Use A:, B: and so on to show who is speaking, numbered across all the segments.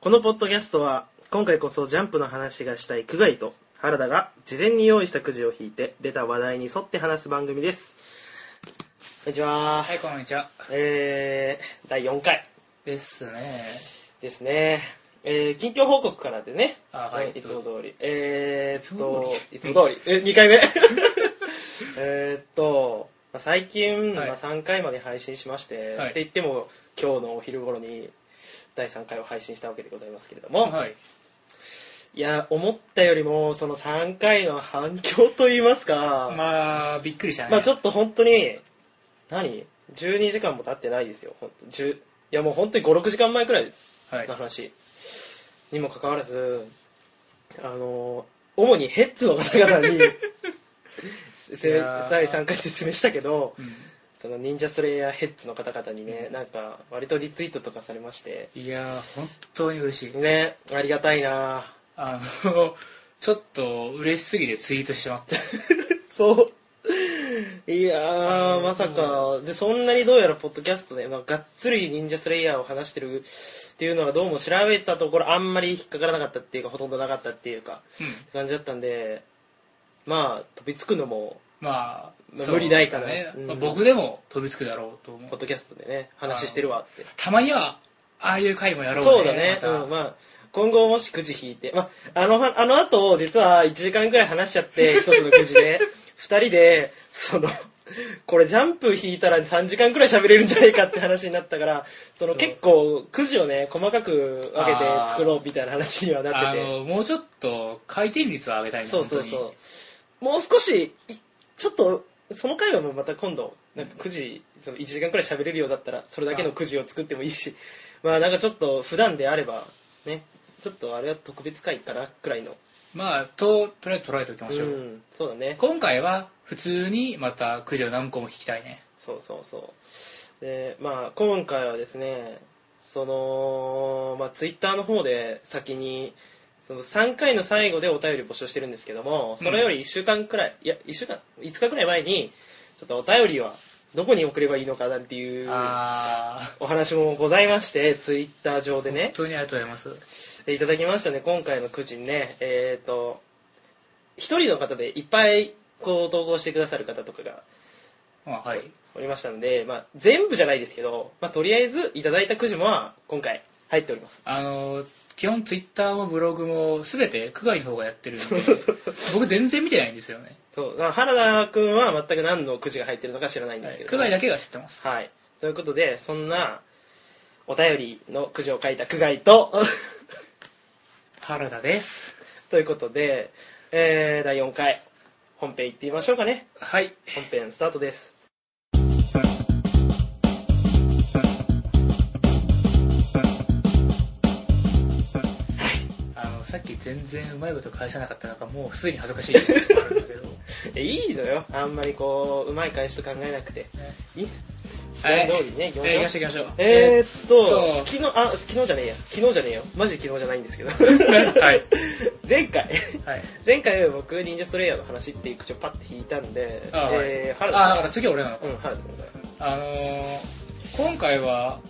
A: このポッドキャストは今回こそジャンプの話がしたい久我井と原田が事前に用意したくじを引いて出た話題に沿って話す番組ですこんにちは、
B: はい、こんにちは。
A: えー、第4回
B: ですね。
A: ですねえー、近況報告からでね
B: あはい
A: えーいつも通りえー、っとい
B: い
A: つ
B: つ
A: も
B: も
A: 通りえ2回目えーっとまあ最近、
B: はい
A: まあ、3回まで配信しまして、
B: はい
A: って言っても今日のお昼頃に第3回を配信したわけでございますけれども、
B: はい。
A: いや思ったよりもその3回の反響といいますか、まあ
B: まあ、びっくりしたね。
A: ちょっと本当に何12時間も経ってないですよ本当10いやもう本当に56時間前くらい
B: はい
A: の。話、にもかかわらずあの主にヘッズの方々 にせ
B: いやー
A: 第3回説明したけど
B: うん
A: その忍者スレイヤーヘッズの方々にね、なんか割とリツイートとかされまして
B: いやー、本当に嬉しい。
A: ねありがたいな
B: あの、ちょっと嬉しすぎてツイートしてま った。
A: そう。いやー、まさか。で、そんなにどうやらポッドキャストで、まあ、がっつり忍者スレイヤーを話してるっていうのはどうも調べたところあんまり引っかからなかったっていうか、ほとんどなかったっていうか、
B: うん
A: 感じだったんで、まあ、飛びつくのも、
B: まあ、
A: まあ
B: そう
A: 無理ないから
B: ね。
A: うん
B: まあ僕でも飛びつくだろうと思
A: ポッ
B: う。
A: ドキャストでね、話してるわって。
B: たまには、ああいう回もやろうね。
A: そうだね。
B: また
A: うん、まあ、今後もしくじ引いて、まあ、あのは、あの後、実は1時間くらい話しちゃ って、一つのくじで、二人で、その、これジャンプ引いたら3時間くらい喋れるんじゃないかって話になったから、その
B: そう
A: 結構、くじをね、細かく分けて
B: あー
A: 作ろうみたいな話にはなっ
B: あ
A: てて、
B: の、もうちょっと回転率を上げたいね
A: そうそうそ
B: 本
A: う。もう少し、いちょっと、その回はもうまた今度、なんかくじ、その1時間くらい喋れるようだったら、それだけのくじを作ってもいいし、まあなんかちょっと普段であれば、ね、ちょっとあれは特別回かな、くらいの。
B: 当にまあ、と、とりあえず捉えておきま
A: う
B: しょう。
A: ん、そうだね。
B: 今回は、普通にまたくじを何個も引きたいね。
A: そうそうそう。で、まあ今回はですね、その、まあツイッターの方で先に、その3回の最後でお便り募集してるんですけども、それより1週間くらい、いや、1週間、5日くらい前に、ちょっとお便りはどこに送ればいいのかなんていう
B: ああ。
A: お話もございまして、ツイッター上でね
B: 本、当にありがとうございます。
A: でいただきましたね、今回のくじにね、えっ、と、一人の方でいっぱいこう投稿してくださる方とかが
B: まあ、はい。
A: おりましたので、まあ、全部じゃないですけど、まあ、とりあえずいただいたくじもは今回入っております
B: あの基本ツイッターもブログも全て区外の方がやってるんで僕全然見てないんですよね
A: そうだから原田君は全く何のくじが入ってるのか知らないんですけど、
B: 区外だけが知ってます
A: はいということでそんなお便りのくじを書いた苦外と
B: 原田です
A: ということで、えー第4回本編行ってみましょうかね
B: はい
A: 本編スタートです
B: あのさっき全然うまいこと返せなかったのがもうすでに恥ずかしいことがあるんだけど
A: えいいのよあんまりこううまい返しと考えなくていい
B: はい
A: 通りね行きましょう
B: えー行きましょう行きましょう
A: えーっと
B: えーっと
A: 昨日あ昨日じゃねえや昨日じゃねえよマジで昨日じゃないんですけど
B: はい
A: 前回
B: はい
A: 前回僕忍者ストレイヤーの話っていう口をパッて引いたんで、
B: あはい
A: えー、
B: あ
A: 原
B: だか
A: 田
B: ら次は俺なのか
A: うん原田君が
B: あのー今回は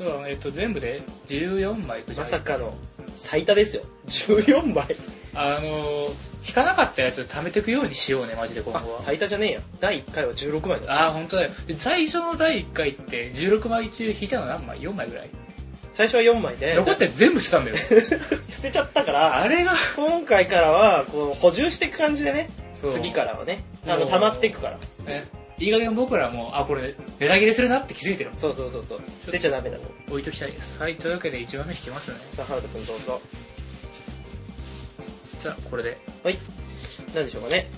B: そうだねえっと、全部で14枚くじ
A: まさかの最多ですよ14枚
B: あのー引かなかったやつ貯めていくようにしようねマジで今
A: あ
B: 後は
A: 最多じゃねえや第1回は16枚だ
B: ああ本当だよで最初の第1回って16枚中引いたの何枚 ?4 枚ぐらい
A: 最初は4枚で
B: 残って全部捨てたんだよ
A: 捨てちゃったから
B: あれが
A: 今回からはこう補充していく感じでね
B: そう
A: 次からはねあ
B: う
A: の
B: ん
A: 溜まっていくから
B: ねいい加減僕らもあこれネタ切れするなって気づいてる
A: そうそうそうそう捨てちゃダメだもん
B: 置いときたいですはいというわけで1枚目引きますね
A: さあ原田君どうぞ
B: じゃあこれで
A: はい何でしょうかね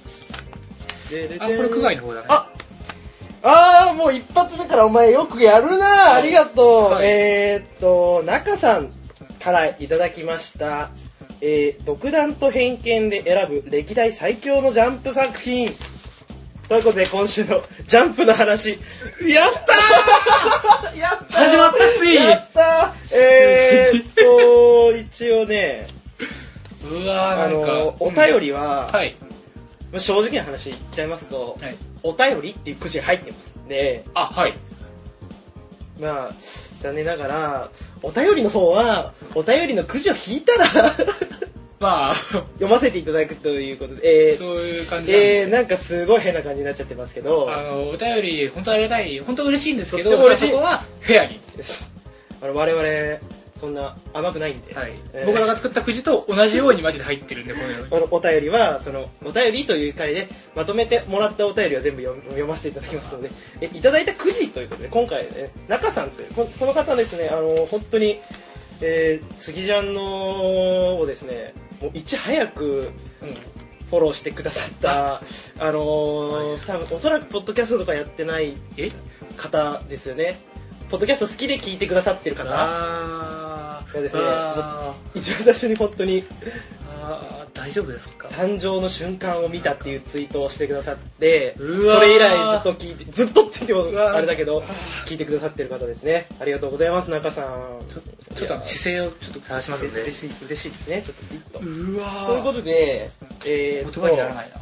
B: あこれ区外の方だね
A: あああもう一発目からお前よくやるなありがとう、
B: はい
A: えー、っと中さんからいただきましたえー、独断と偏見で選ぶ歴代最強のジャンプ作品ということで今週の ジャンプの話やったーやったー
B: 始まったついに
A: やったーえー、っ と一応ね
B: うわ
A: あ
B: ーなんか
A: のお便
B: り
A: りは、
B: はい
A: まあ正直な話言っちゃいますと、
B: はい
A: お便りっていうくじが入ってますで
B: あはい
A: まあ残念ながらお便りの方はお便りのくじを引いたら 読
B: まあ、
A: ませていただくということでえー
B: そういう感じなんで
A: えー、なんかすごい変な感じになっちゃってますけど
B: あのお便り本当ありがたい本当嬉しいんですけど
A: とっても嬉しい
B: そこはフェアに、
A: あの我々そんな甘くないんで、
B: はい
A: えー
B: 僕らが作ったくじと同じようにマジで入ってるんでこのように
A: あのお便りはそのお便りという回でまとめてもらったお便りは全部読み読ませていただきますのでえいただいたくじということで今回、ね、中さんというここの方ですねあの本当に、えー、杉ジャンのをですねもういち早く
B: うん
A: フォローしてくださ ったあ
B: マジ
A: の
B: で
A: ー
B: す
A: 多分おそらくポッドキャストとかやってない
B: え
A: 方ですよねポッドキャスト好きで聞いてくださってる方
B: あー
A: そうですね
B: あー
A: 一番最初に本当に
B: あー大丈夫ですか
A: 誕生の瞬間を見たっていうツイートをしてくださってそう
B: わー
A: れ以来ずっと聞いてずっとって言って
B: う
A: も
B: わー
A: あれだけど聞いてくださってる方ですねありがとうございます中さん
B: ちょちょっとあの姿勢をちょっと正しますんで
A: 嬉しい嬉しいですねちょっとピッと
B: うわー
A: ということでえーっと
B: 言葉にならない
A: で
B: な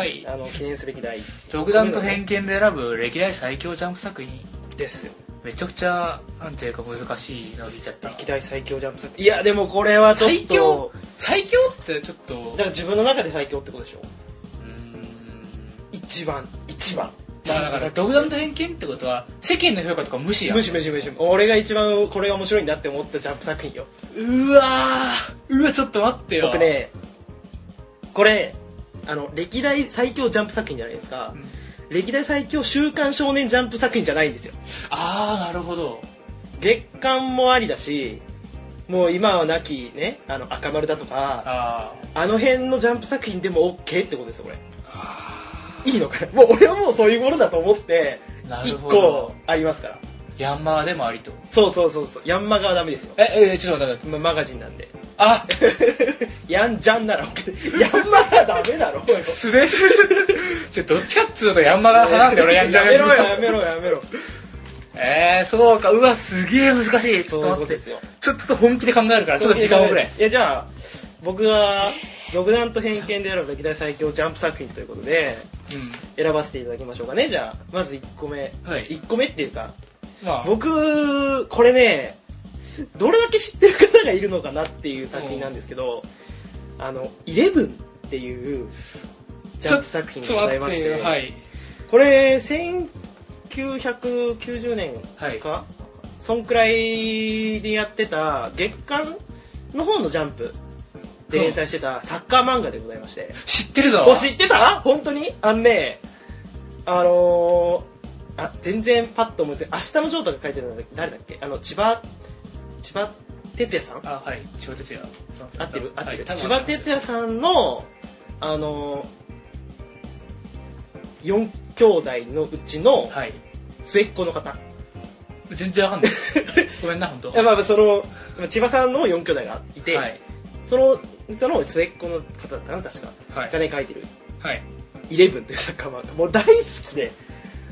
B: はい
A: あの記念すべき第一
B: 独断と偏見で選ぶ歴代最強ジャンプ作品
A: ですよ
B: めちゃくちゃなんていうか難しいのを聞いちゃった
A: 歴代最強ジャンプ作いやでもこれはちょっと
B: 最強最強ってちょっと
A: だから自分の中で最強ってことでしょ
B: うーん
A: 一番一番
B: まあだから独断と偏見ってことは世間の評価とか無視やん
A: 無視無視無視俺が一番これが面白いんだって思ったジャンプ作品よ
B: うわーうわちょっと待ってよ
A: 僕ねこれあの歴代最強ジャンプ作品じゃないですか、
B: うん
A: 歴代最強「週刊少年ジャンプ」作品じゃないんですよ
B: ああなるほど
A: 月刊もありだしもう今は亡きねあの赤丸だとか
B: あ
A: あの辺のジャンプ作品でも OK ってことですよこれいいのかなもう俺はもうそういうものだと思って
B: あなる
A: 1
B: ほど
A: 個ありますから
B: ヤンマーでもありと
A: そうそうそうそうヤンマガはダメですよ
B: ええちょっと待って
A: まマガジンなんで
B: あ
A: ヤンジャンなら OK ヤンマガダメだろ
B: おい素で ちょどっちかっつうとヤンマが派なんだよ俺ヤンジャン
A: やめろよやめろよやめろ
B: えー、そうかうわすげえ難しいちょっと待って
A: すよ
B: ちょっと本気で考えるからちょっと時間をくれ
A: いやじゃあ僕が独断と偏見である歴代最強ジャンプ作品ということで
B: う
A: 選ばせていただきましょうかねじゃあまず1個目、
B: んはい
A: 1個目っていうか
B: まあ
A: 僕これねどれだけ知ってる方がいるのかなっていう作品なんですけど「あのイレブン」っていうジャンプ作品がございまして
B: ちょっと待って
A: これ1990年
B: はい
A: か、そんくらいでやってた月刊の方のジャンプで連載してたサッカー漫画でございまして
B: はい、知ってるぞ
A: お知ってた本当にあのねあのー、あ全然パッと思いつか明日のジョーとか書いてたの誰だっけあの千葉千葉哲也さん
B: あはい千葉哲也
A: 合ってる合ってる、
B: はい
A: 千葉哲也さんのあのー、4兄弟のうちの
B: はい
A: 末っ子の方、
B: 全然わかんない ごめんな本当
A: いやまあそのまあ千葉さんの4兄弟がいて、
B: はい
A: そのその末っ子の方だったかな確か、
B: はい
A: がね書いてる
B: はい
A: 「イレブン」というサッカー漫画もう大好きで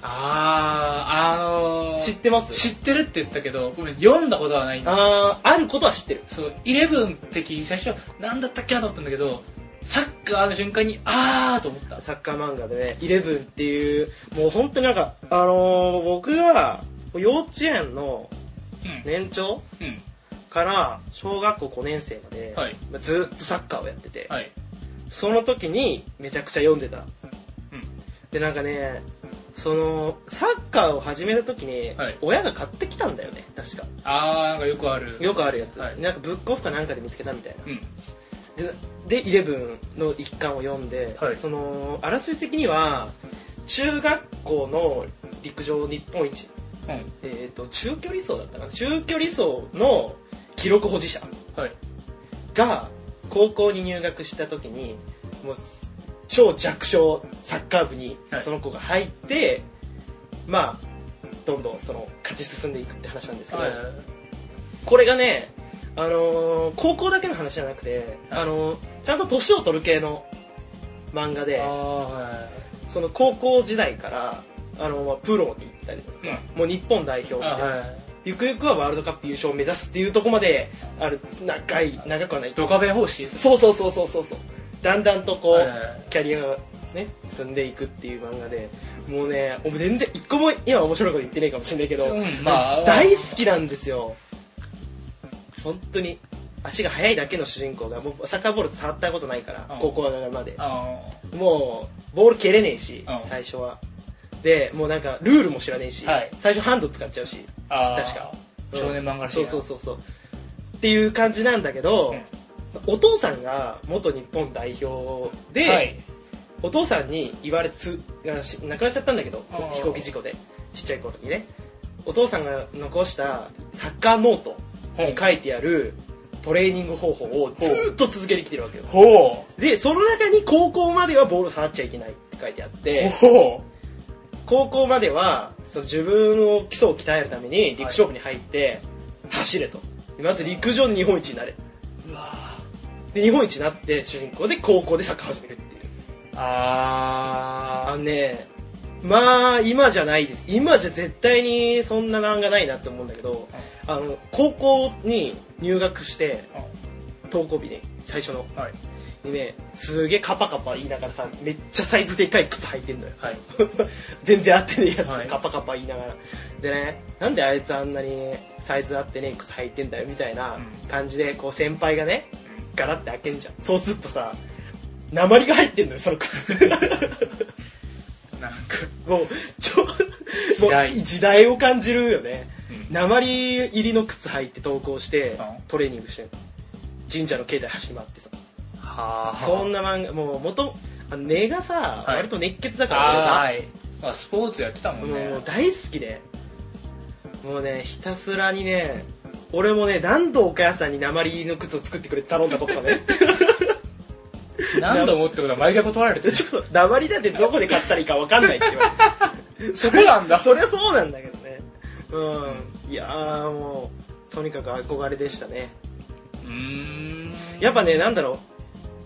B: あーあのー、
A: 知ってます
B: 知ってるって言ったけどごめん読んだことはないんだ
A: あーあることは知ってる
B: そうイレブンって聞いて最初なんだったっけなと思ったんだけどサッカーの瞬間にあーと思った
A: サッカー漫画でね「イレブン」っていうもう本当になんかあのー僕が幼稚園の
B: うん
A: 年長
B: うん
A: から小学校5年生まで、
B: はい
A: まあずっとサッカーをやってて、
B: はい
A: その時にめちゃくちゃ読んでた
B: うん
A: でなんかねそのサッカーを始めた時に、
B: はい
A: 親が買ってきたんだよね確か
B: あーなんかよくある
A: よくあるやつ、
B: はい
A: なんかブックオフかなんかで見つけたみたいな
B: うん
A: でで「イレブン」の一巻を読んで、
B: はい
A: そのあらすじ的には中学校の陸上日本一、
B: うん
A: えー、と中距離走だったかな中距離走の記録保持者
B: はい
A: が高校に入学した時にもうす超弱小サッカー部に
B: はい
A: その子が入って、まあどんどんその勝ち進んでいくって話なんですけど、
B: はいはいはい
A: これがね、あのー高校だけの話じゃなくて、あのーちゃんと年を取る系の漫画で
B: あーはい
A: その高校時代から、あのーまあプロに行ったりとか、もう日本代表みたい
B: あ
A: な、
B: はいはい
A: ゆくゆくはワールドカップ優勝を目指すっていうところまである長い長くはない
B: ドカベン方式です
A: そうそうそうそうそうそうだんだんとこう、
B: はいはいはい
A: キャリアがね積んでいくっていう漫画でもうねお全然一個も今面白いこと言ってないかもしれないけど、
B: うんまあ
A: 大好きなんですよ本当に足が速いだけの主人公がもうサッカーボール触ったことないから
B: うん
A: 高校上がるまで
B: あ
A: もうボール蹴れねえし
B: うん
A: 最初はでもうなんかルールも知らねえし、
B: はい
A: 最初ハンド使っちゃうし
B: ーあー
A: 確か
B: 少年漫画らしい
A: そうそうそうそうっていう感じなんだけど、
B: うん
A: お父さんが元日本代表で、
B: はい
A: お父さんに言われてつがし亡くなっちゃったんだけど
B: あー
A: 飛行機事故でちっちゃい頃にねお父さんが残したサッカーノートに書いてあるトレーニング方法をずーっと続けてきてるわけよ
B: ほ
A: でその中に高校まではボール触っちゃいけないって書いてあっ
B: う
A: て
B: ほ
A: 高校まではその自分を基礎を鍛えるために陸上部に入って走れとまず陸上の日本一になれ
B: ううわ
A: で日本一になって主人公で高校でサッカー始めるっていう
B: ーあ
A: あのね、まあ、今じゃないです。今じゃ絶対にそんな漫画ないなって思うんだけど、あの、高校に入学して、
B: ー
A: 登校日ね、最初の。
B: あはい
A: にね、すげえカパカパ言いながらさ、めっちゃサイズでかい靴履いてんのよ。
B: はい
A: 全然合ってねえやつ、
B: はい
A: カパカパ言いながら。でね、なんであいつあんなにねサイズ合ってねえ靴履いてんだよみたいな
B: うん
A: 感じで、こう先輩がね、ガラって開けんじゃん。そうするとさ、鉛が入ってんのよ、その靴。
B: なんか
A: もう、ちょ、も
B: 代
A: う時代を感じるよね。
B: うん
A: 鉛入りの靴履いて登校して
B: うん、
A: トレーニングしてんの神社の境内走り回ってさ。
B: はあ
A: そんな漫画、もう元、あの根がさ、
B: はい
A: 割と熱血だから
B: あーはいまあスポーツやってたもんね
A: もう大好きで。もうね、ひたすらにね、俺もね、何度お母さんに鉛入りの靴を作ってくれって頼んだことかね。
B: 何度もってことは毎回断られてる
A: ちょっと、鉛だってどこで買ったらいいか分かんないって言われて。
B: それなんだ
A: そりゃそうなんだけどねうんいやーもうとにかく憧れでしたね
B: うーん
A: やっぱねなんだろう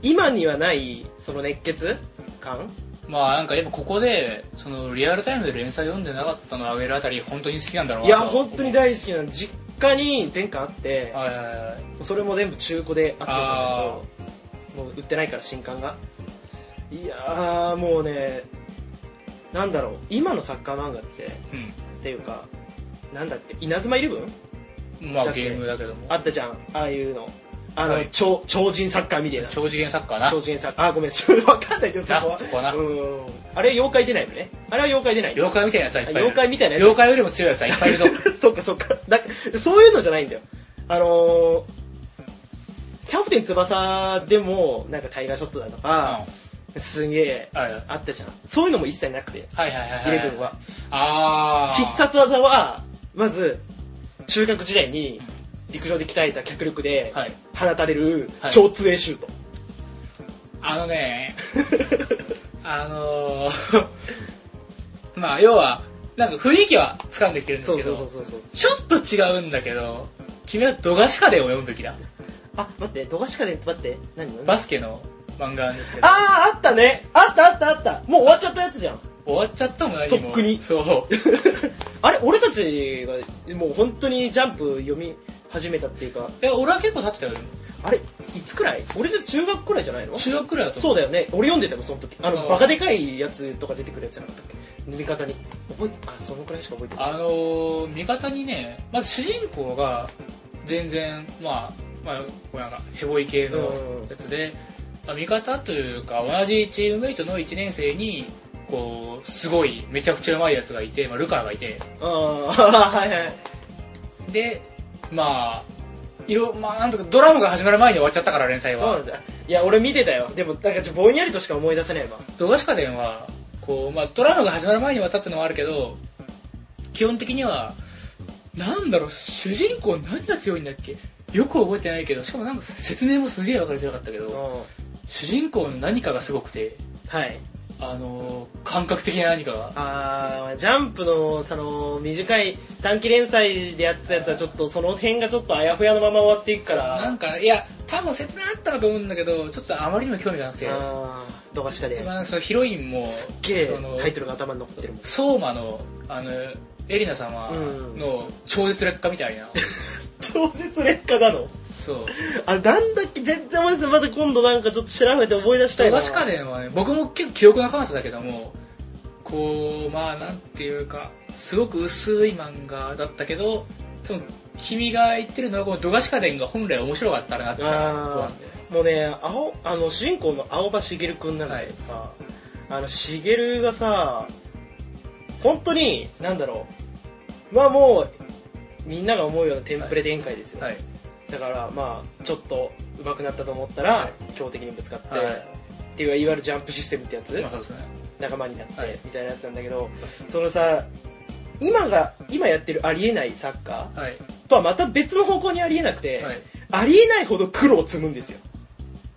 A: 今にはないその熱血感
B: まあなんかやっぱここでそのリアルタイムで連載読んでなかったのをあげるあたり本当に好きなんだろうない
A: や本当に
B: 大
A: 大好きなの実家に全巻あって
B: はいはいはい
A: それも全部中古で集めたんだけどもう売ってないから新刊がいやーもうねなんだろう今のサッカー漫画ってっていうかなんだっけ稲妻イレブン
B: うんま
A: だ
B: あ
A: っ
B: ゲ
A: け
B: ームだけども
A: あったじゃんああいうのあの、
B: はい
A: 超超人サッカーみたいな
B: 超次元サッカーな
A: 超人さん あごめんちょっと分かんないけどそこは
B: なそこはな
A: うんあれ妖怪出ないのねあれは妖怪出ない
B: 妖怪みたいなやつはいっぱいいる
A: 妖怪みたいなやつ
B: 妖怪よりも強いやつはいっぱいいるぞ
A: そっかそっかだそういうのじゃないんだよあのーキャプテン翼でもなんかタイガーショットだと
B: うん
A: か
B: は、
A: すげえ
B: いはい
A: あったじゃんそういうのも一切なくて
B: はいはい
A: イ
B: はい
A: レブンは
B: ああ
A: 必殺技はまず中学時代に
B: うん
A: 陸上で鍛えた脚力で
B: はい
A: 放たれる
B: はい
A: 超強鋭シュート、
B: あのね あのーまあ要はなんか雰囲気は掴んできてるんで
A: そ
B: す
A: う
B: け
A: そうそう
B: ど
A: そうそう
B: ちょっと違うんだけど君は「ドガシカデン」を読むべきだ
A: あ待って動画しか出て待って何何
B: バスケの漫画なんですけど
A: あああったねあったあったあったもう終わっちゃったやつじゃん
B: 終わっちゃったもん何も
A: とっくに
B: そう
A: あれ俺たちがもう本当にジャンプ読み始めたっていうか
B: いや俺は結構経ってたよ
A: あれいつくらい俺じゃ中学くらいじゃないの
B: 中学くらいだと思
A: そ
B: う
A: うだよね俺読んでたもんその時あの
B: うん
A: バカでかいやつとか出てくるやつじゃなかったっけ味方に覚えてあそのくらいしか覚えてない
B: あのー、味方にねまず主人公が全然まあまあこうなんかヘボい系のやつで、まあ味方というか同じチームメイトの1年生にこうすごいめちゃくちゃうまいやつがいて、まあ、ルカーがいて
A: ああ はいはい
B: でまあいろまあなんとかドラムが始まる前に終わっちゃったから連載
A: そうな
B: は
A: んだいや俺見てたよでもなんかちょぼんやりとしか思い出せないわ
B: 動画しか伝はこう、まあ、ドラマが始まる前に渡ったのはあるけど基本的にはなんだろう主人公何が強いんだっけよく覚えてないけどしかもなんか説明もすげえ分かりづらかったけ
A: うん
B: ど
A: は
B: 主人公の何かがすごくて
A: い
B: あのー感覚的な何かが
A: あージャンプのその短い短期連載でやってたやつはちょっとその辺がちょっとあやふやのまま終わっていくから
B: なんかいや多分説明あったと思うんだけどちょっとあまりにも興味がなくて
A: あー動画しかで
B: まあなんかそのヒロインも
A: すっげえ
B: その
A: タイトルが頭に残ってるもん
B: 相馬のあのエリナ様の 超絶劣化みたいな、
A: 超絶劣化なの
B: そう
A: あなんだっけ全然思いですねまた今度なんかちょっと調べて思い出したいな
B: 確かねはね僕も結構記憶なかっただけどもこうまあなんていうかすごく薄い漫画だったけど多分君が言ってるのはこの「ドガシカ伝」が本来面白かったなっていうとこなんで
A: もうね青あの主人公の青葉茂君なんだけどさ、あの茂がさ本当になんだろうまあもうみんなが思うようなテンプレ展開ですよ、
B: はい
A: だからまあちょっと上手くなったと思ったら、
B: はい
A: 強敵にぶつかって、
B: は
A: っていういわゆるジャンプシステムってやつ、
B: いまあそうですね
A: 仲間になって、
B: はい
A: みたいなやつなんだけどそのさ今が今やってるありえないサッカ
B: はい
A: ーとはまた別の方向にありえなくて、
B: はい
A: ありえないほど苦労を積むんですよ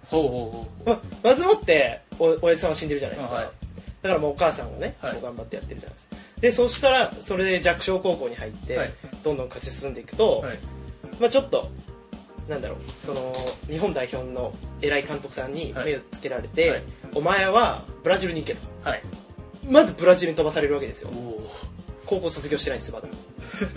B: ほうほうほ
A: ままずもってお親父さんは死んでるじゃないうですか、
B: はい
A: だからもうお母さんがね、
B: はい
A: こう頑張ってやってるじゃないですかでそうしたらそれで弱小高校に入って、
B: はい
A: どんどん勝ち進んでいくと、
B: はい
A: まあ、ちょっとなんだろうその日本代表の偉い監督さんに
B: はい
A: 目をつけられて、
B: はい
A: お前はブラジルに行けと
B: はい
A: まずブラジルに飛ばされるわけですよ
B: おお
A: 高校卒業してないですま だ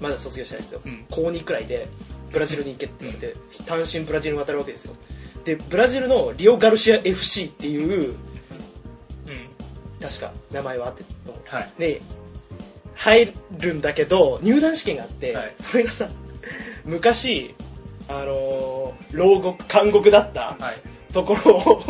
A: まだ卒業してないですよ、
B: うん
A: 高2くらいでブラジルに行けって言われて、単身ブラジルに渡るわけですよでブラジルのリオ・ガルシア FC っていう
B: うん
A: 確か名前はあってると思う
B: はい
A: で入るんだけど入団試験があって、
B: はい
A: それがさ昔あのー牢獄監獄だった
B: はい
A: ところを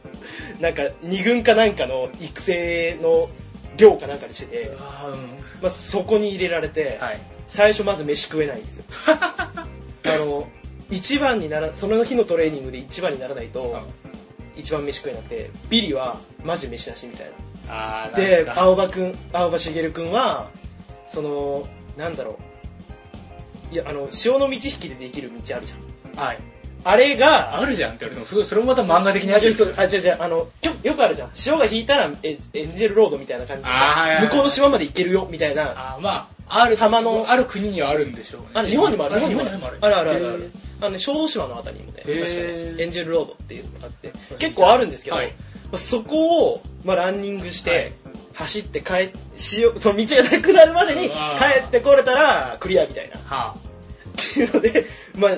A: なんか二軍かなんかの育成の寮かなんかにしてて、
B: ああうん
A: まあ、そこに入れられて、
B: はい
A: 最初まず飯食えないん ですよあの一番にならその日のトレーニングで一番にならないと一番飯食えなくてビリはマジ飯なしみたいな
B: ああ
A: で
B: なんか
A: 青葉くん青葉茂君はそのなんだろういやあの潮の満ち引きでできる道あるじゃん
B: はい
A: あれが
B: あるじゃんって言われてもすごいそれもまた漫画的なやつです
A: そうあ違う違うあのきょよくあるじゃん潮が引いたらえエンジェルロードみたいな感じで
B: あーはいはいは
A: さ
B: い
A: 向こうの島まで行けるよみたいな
B: あーまあある
A: 浜の
B: ある国にはあるんでしょうね
A: あれ日本にもある
B: 日本にもある
A: あるあるあるあ
B: へ
A: るあのね小豆島のあたりにもね確
B: へー
A: かにエンジェルロードっていうのがあって
B: そう
A: 結構あるんですけど、
B: はい
A: まあ、そこを、まあ、ランニングし
B: はい
A: て走って帰っしようその道がなくなるまでに
B: う
A: 帰
B: わー
A: ってこれたらクリアみたいなっ
B: ーは
A: ていうので、 まあ、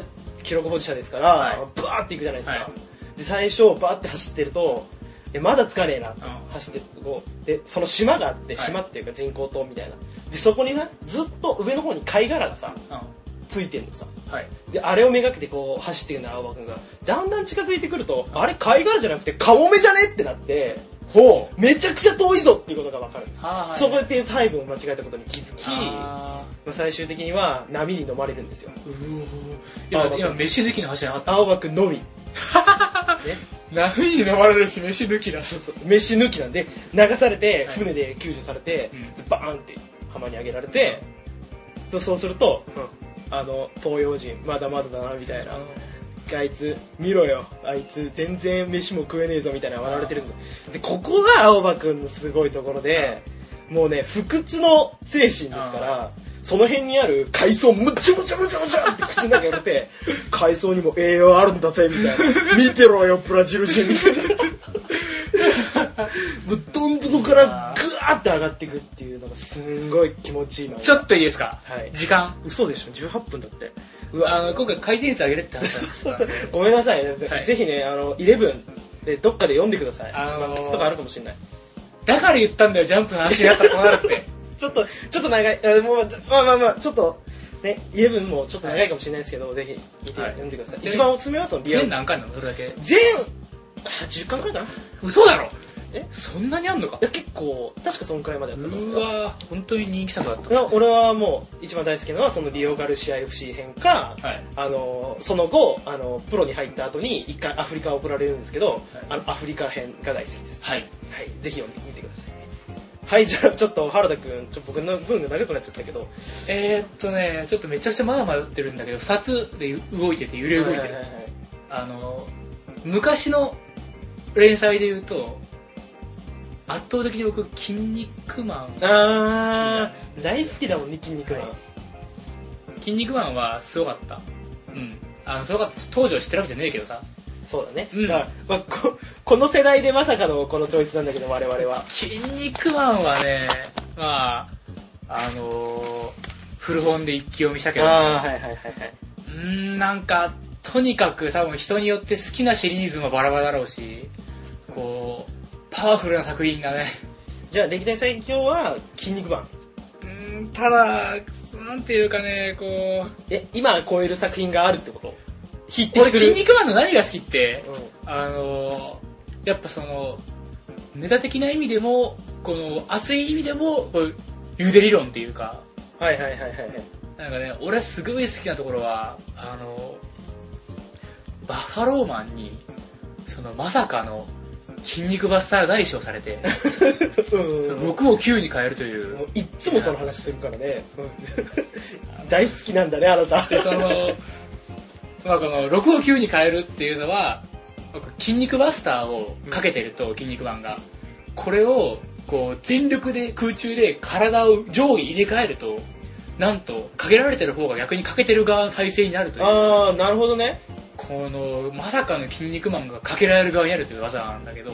A: 記録保持者ですから、
B: はい
A: バーっていくじゃないですか、
B: はい
A: で最初バーって走ってるとえまだ疲れえな走ってるとこでその島があって
B: はい
A: 島っていうか人工島みたいなでそこにさずっと上の方に貝殻がさ
B: あ
A: ついてんのさ
B: うんはい
A: であれをめがけてこう走ってるの青葉君がだんだん近づいてくるとあれ貝殻じゃなくてカモメじゃねってなって
B: ほう
A: めちゃくちゃ遠いぞっていうことが分かるんです
B: あーはい
A: そこでペース配分を間違えたことに気づき
B: あ
A: まあ最終的には波に飲まれるんですよ
B: ーうー今
A: あ
B: 今飯抜きの話じゃなかっ
A: 青葉君の みね
B: た波に飲まれるし飯抜きだ
A: そうそう飯抜きなんで流されて
B: はい
A: 船で救助されて、
B: う
A: バーンって浜に上げられて、そうそうすると、あの東洋人まだまだだなみたいな、あいつ見ろよあいつ全然飯も食えねえぞみたいな笑われてるんだでここが青葉くんのすごいところでもうね不屈の精神ですからその辺にある海藻むちゃむちゃむちゃむちゃって口の中に入れて海藻にも栄養あるんだぜみたいな見てろよブラジル人みたいなもうどん底からグワーって上がっていくっていうのがすんごい気持ちいいの
B: ちょっといいですか
A: はい
B: 時間
A: 嘘でしょ18分だってう
B: あの今回回転率上げるって話だったんで
A: ごめんなさいね、
B: はい
A: ぜひね、あの、11でどっかで読んでください。
B: あのー
A: まあ靴とかあるかもしれない。
B: だから言ったんだよジャンプの話になったらこうなる って
A: ちょっと、ちょっと長い、あもう、まあまあまあ、ちょっと、ね、11もちょっと長いかもしれないですけど、ぜひ見て、
B: はい
A: 読んでください。
B: で
A: 一番おすすめはそのリアル
B: 全。何回なのそれだけ
A: 全、80巻くらいかない
B: 嘘だろ
A: え
B: そんなにあんのか
A: や、結構、確かそのくらいまで
B: う
A: やったと思う
B: ーわー本当に人気作だっ
A: いや俺はもう、一番大好きなのは、そのリオガルシア FC 編か、
B: たはい
A: あのその後あのプロに入った後に一回アフリカを送られるんですけど、あのアフリカ編が大好きです
B: はい
A: はい、ぜひ読んでみてくださいね。はい、じゃあちょっと原田君、ちょ僕の分が長くなっちゃったけど、
B: えー、っとねちょっとめちゃくちゃまだ迷ってるんだけど2つで動いてて揺れ動いてる
A: はいはいはい
B: あの昔の連載で言うと圧倒的に僕「筋肉マン」
A: あー、大好きだもんね、筋肉マン。
B: はい「筋肉マン」はすごかったうんあのすごかった当時は知ってるわけじゃねえけどさ
A: そうだね。
B: うん
A: だからまあこ、この世代でまさかのこのチョイスなんだけど、我々は
B: 「。筋肉マン」はねまああのー古本で一気読みしたけど
A: あー、はいはいはいはい。
B: うーんなんかとにかく多分人によって好きなシリーズもバラバラだろうしこうパワフルな作品だね
A: じゃあ歴代最強は筋肉マン
B: うんただなんていうかねこう
A: え今超える作品があるってこと匹敵
B: 俺「
A: す
B: 筋
A: る
B: 肉マン」の何が好きって
A: うん
B: あのやっぱそのネタ的な意味でもこの熱い意味でもこうゆで理論っていうか
A: はいはいはいはいはい
B: なんかね俺はすごい好きなところはあのバッファローマンにそのまさかの筋肉バスター返しをされ
A: う
B: て
A: ん
B: その6を9に変えるという
A: もういっつもその話するからね 大好きなんだねあなた
B: で その、まあ、この6を9に変えるっていうのは「筋肉バスター」をかけてると「筋肉マン」がこれをこう全力で空中で体を上下入れ替えるとなんと限られてる方が逆にかけてる側の体勢になるという
A: ああなるほどね
B: このまさかの「筋肉マン」がかけられる側になるという技なんだけど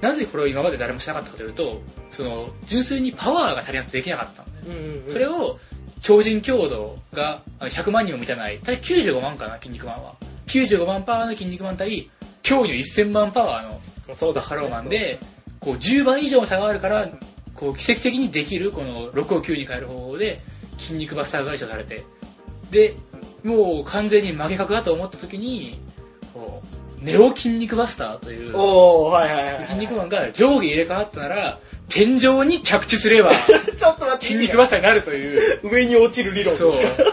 B: なぜこれを今まで誰もしなかったかというとその純粋にパワーが足りなくてできなかったんだよ
A: うんうんうん
B: それを超人強度があの100万にも満たない大体95万かな筋肉マンは95万パワーの筋肉マン対驚異の1000万パワーの
A: そう
B: バ
A: だ
B: ッファローマンでこう10倍以上の差があるからこう奇跡的にできるこの6を9に変える方法で筋肉バスター会社されてでもう完全に負け格だと思った時にこうネオ筋肉バスターという
A: おおはいはいはいはい
B: 筋肉マンが上下入れ替わったなら天井に着地すれば
A: ちょっと待って
B: 筋肉バスターになるという。
A: 上に落ちる理論
B: そう
A: ですか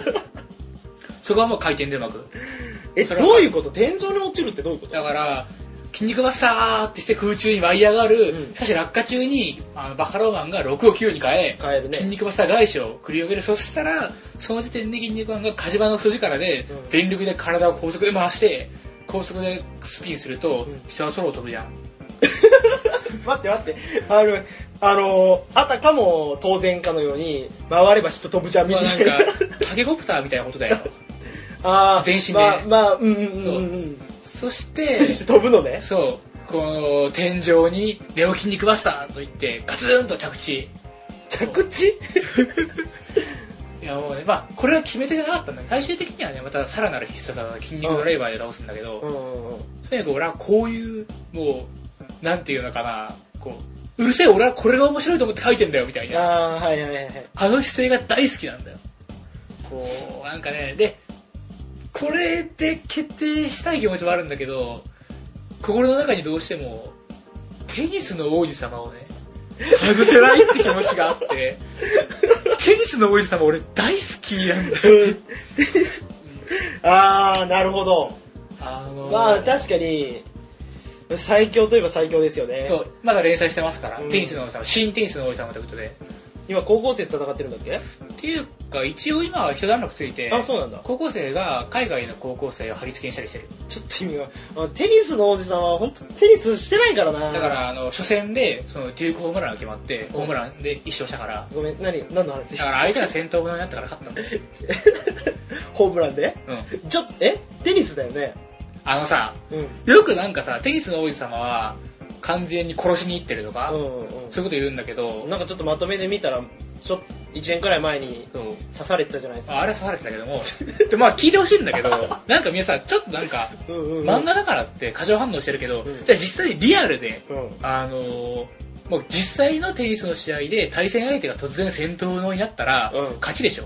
B: そこはもう回転でうまく
A: え
B: それは
A: どういうこと天井に落ちるってどういうこと
B: だから筋肉バスターってして空中に舞い上がる、
A: うん
B: しかし落下中にあのバッファローマンが6を9に変え
A: 変えるね
B: 筋肉バスター返しを繰り広げるそしたらその時点で筋肉マンが火事場の素力で、
A: うん
B: 全力で体を高速で回して高速でスピンすると、
A: うん
B: 人は空を飛ぶじゃん
A: 待って待ってあのあのあたかも当然かのように回れば人飛ぶじゃんみ
B: ま
A: た
B: あなん
A: いな
B: かタケコプターみたいなことだよ
A: あー
B: 全身で
A: まあまあうんうんうんうん
B: そして
A: 飛ぶのね
B: そうこの天井に「レオ筋肉バスター」と言ってガツンと着地
A: 着地
B: いやもうねまあこれは決め手じゃなかったんだけど最終的にはねまたさらなる必殺技筋肉ドライバーで倒すんだけど、
A: うんうんうん
B: とにかく俺はこういうもうなんていうのかなこううるせえ俺はこれが面白いと思って書いてんだよみたいな
A: ああーはいはいはいはい
B: あの姿勢が大好きなんだよこうなんかねでこれで決定したい気持ちもあるんだけど心の中にどうしてもテニスの王子様をね外せないって気持ちがあ ってテニスの王子様俺大好きなんだよ
A: ああなるほど
B: あの
A: まあ確かに最強といえば最強ですよね
B: そうまだ連載してますから、
A: うん
B: テニスの王子様新テニスの王子様ということで
A: 今高校生と戦ってるんだっけ
B: っていうか一応今は一段落ついて
A: あそうなんだ
B: 高校生が海外の高校生を貼り付けにしたりしてる
A: ちょっと意味があテニスの王子さんは本当テニスしてないからな
B: だからあの初戦でそのデュークホームランが決まってホームランで一勝したから
A: ごめん何何の話
B: だ から相手が戦闘側になったから勝ったんだよ、
A: ホームランで
B: うん、
A: ちょっとえテニスだよね
B: あのさ
A: うんうん
B: よくなんかさテニスの王子様は完全に殺しに行ってるとか、
A: うん
B: そういうこと言うんだけ
A: う
B: ど
A: んなんかちょっとまとめで見たらちょっと1年くらい前に
B: そう
A: 刺されてたじゃないですか
B: ああれは刺されてたけ どもでまあ聞いてほしいんだけどなんか皆さんちょっとなんか
A: うんうんうん
B: 漫画だからって過剰反応してるけど、
A: うん
B: じゃあ実際リアルで
A: うん
B: あのーもう実際のテニスの試合で対戦相手が突然戦闘能になったら、
A: うん
B: 勝ちでしょ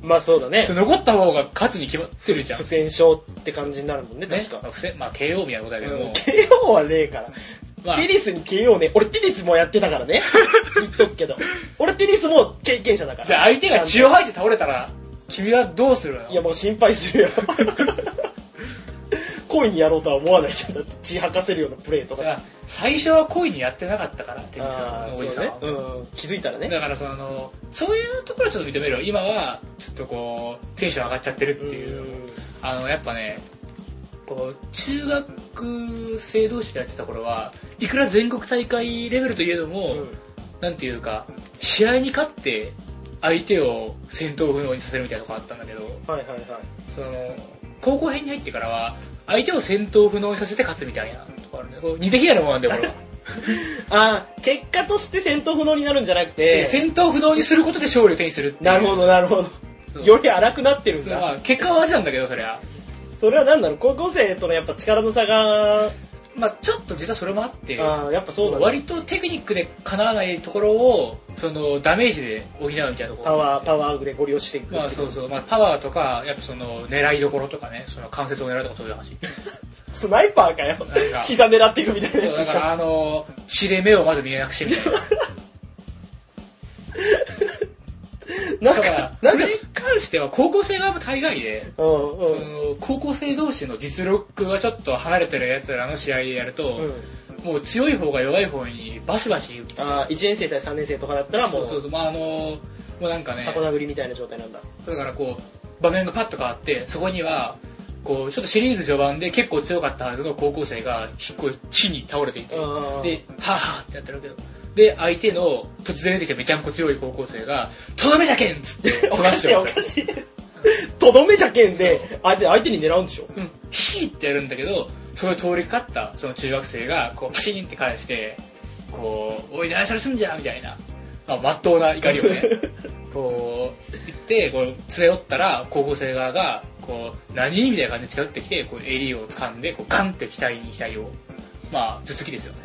A: まあそうだね
B: それ残った方が勝つに決まってるじゃん
A: 不戦勝って感じになるもんね
B: ね
A: 確か、
B: まあ、不正まあ KO みたいなことだけども、
A: うん KO はねえから
B: まあ
A: テニスに KO ね俺テニスもやってたから ね言っとくけど俺テニスも経験者だから
B: じゃあ相手が血を吐いて倒れたら君はどうするの
A: いやもう心配するよ 恋にやろうとは思わないじゃんだって血吐かせるようなプレーと
B: じ
A: か
B: ゃあ最初は恋にやってなかったからテニス
A: あー
B: のおじ
A: そ
B: さ
A: うんね
B: は、
A: うん、気づいたらね
B: だからそのそういうところはちょっと認めるよ今はちょっとこうテンション上がっちゃってるっていう、
A: うん
B: あのやっぱねこう中学生同士でやってた頃はいくら全国大会レベルといえども、なんていうか試合に勝って相手を戦闘不能にさせるみたいなとこあったんだけど
A: はいはいはい
B: その高校編に入ってからは相手を戦闘不能にさせて勝つみたいなとこあるんだよこう似て非なるもんなんだよこれは、
A: あー結果として戦闘不能になるんじゃなく
B: で
A: て
B: 戦闘不能にすることで勝利を手にするっていう
A: なるほどなるほ
B: そ
A: ど
B: う
A: より荒くなってるん
B: それ
A: だ
B: は結果は同じなんだけどそりゃ
A: それは何なの高校生とのやっぱ力の差が、
B: まあちょっと実はそれもあって
A: ああやっぱそうだね
B: 割とテクニックでかなわないところをそのダメージで補うみたいなところ
A: パワーパワーでご利用していく
B: まあそうそう、まあ、パワーとかやっぱその狙いどころとかねその関節を狙うとかそういう話
A: スナイパーかよ
B: なんか
A: 膝狙っていくみたいな
B: そ
A: や
B: うだ
A: つで
B: か
A: しょ
B: らあの血で目をまず見えなくしてみたいな
A: なん
B: だ
A: か
B: から
A: なんか
B: それに関しては高校生側も大概で
A: うんう
B: そ
A: ん
B: の高校生同士の実力がちょっと離れてるやつらの試合でやると、
A: うん
B: もう強い方が弱い方にバシバシ打って
A: ああ1年生対3年生とかだったらも
B: そうそう
A: う
B: そうまああのもうなんかね
A: タコ殴りみたいな状態なんだ
B: だからこう場面がパッと変わってそこにはこうちょっとシリーズ序盤で結構強かったはずの高校生が引っこい地に倒れていて
A: うんうんうん
B: で「はあはあ」ってやってるわけどで相手の突然出てきためちゃんこ強い高校生が「とどめじゃけん!」っつっ て
A: お
B: そ
A: から
B: し
A: し
B: ち
A: い
B: ゃう
A: お
B: んで
A: か
B: すよ
A: しいとどめじゃけんで相手相手に狙うんでしょ
B: うん「ひー」ってやるんだけどそれを通りかかったその中学生がこうパシーンって返してこう「おい何それすんじゃ」みたいなまあ、真っ当な怒り をねこう言ってこう連れ寄ったら高校生側がこう何みたいな感じで近寄ってきてこう襟を掴んでこうガンって額に額をまあ頭突きですよね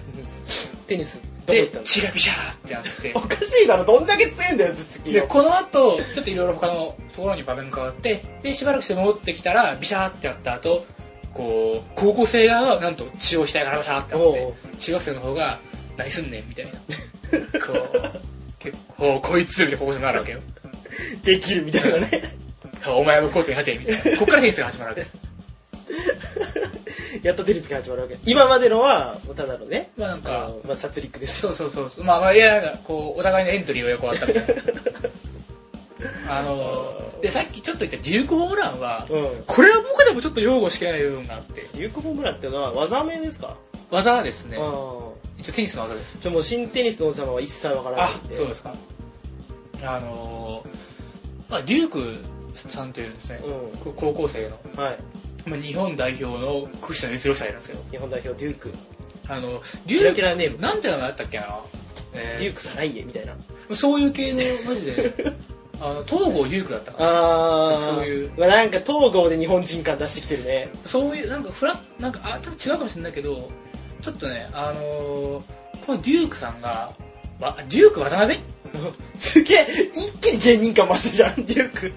A: テニスどこ行っ
B: で
A: たの
B: 血がビシャーってなって
A: おかしいだろどんだけ強いんだよ頭突き
B: で
A: が
B: この後ちょっといろいろ他のところに場面が変わってでしばらくして戻ってきたらビシャーってやった後こう高校生側はなんと血を額からビシャーってなっ
A: おうお
B: て
A: う
B: 中学生の方が「何すんねん」みたいなこう結構こいつみたいな高校生になるわけよ
A: できるみたいなね
B: お前もコートに立てみたいなこっからテニスが始まるわけです
A: やっとテニスが始まるわけ今までのはもうただのね
B: まあなん
A: あ
B: か
A: のまあ殺戮ですよ
B: そうそうそうそうまあまあいやなんかこうお互いのエントリーを横あったみたいなあのーでさっきちょっと言った流行ホームランは、
A: うん
B: これは僕でもちょっと擁護しきれない部分があって
A: リューク・ホームランってのは技名ですか
B: 技はですね
A: ああ
B: 一応テニスの技です
A: じゃあもう新テニスの王様は一切わからな
B: あ
A: いんで
B: そうですかあのーまあ、デュークさんというですね、
A: うん
B: こ高校生の、
A: はい
B: まあ、日本代表の屈指の実力者がいるんですけど
A: 日本代表デューク
B: あのデューク
A: キラキラネーム
B: なんて名前あったっけな、えー
A: デュークサライエみたいな
B: そういう 系のマジであの東郷デュークだったかな
A: ああ
B: そういう
A: まあ、なんか統合で日本人感出してきてるね
B: そういうなんかフラッなんかあ多分違うかもしれないけどちょっとねあのーこのデュークさんがわデューク渡辺
A: すげえ一気に芸人感増したじゃんデューク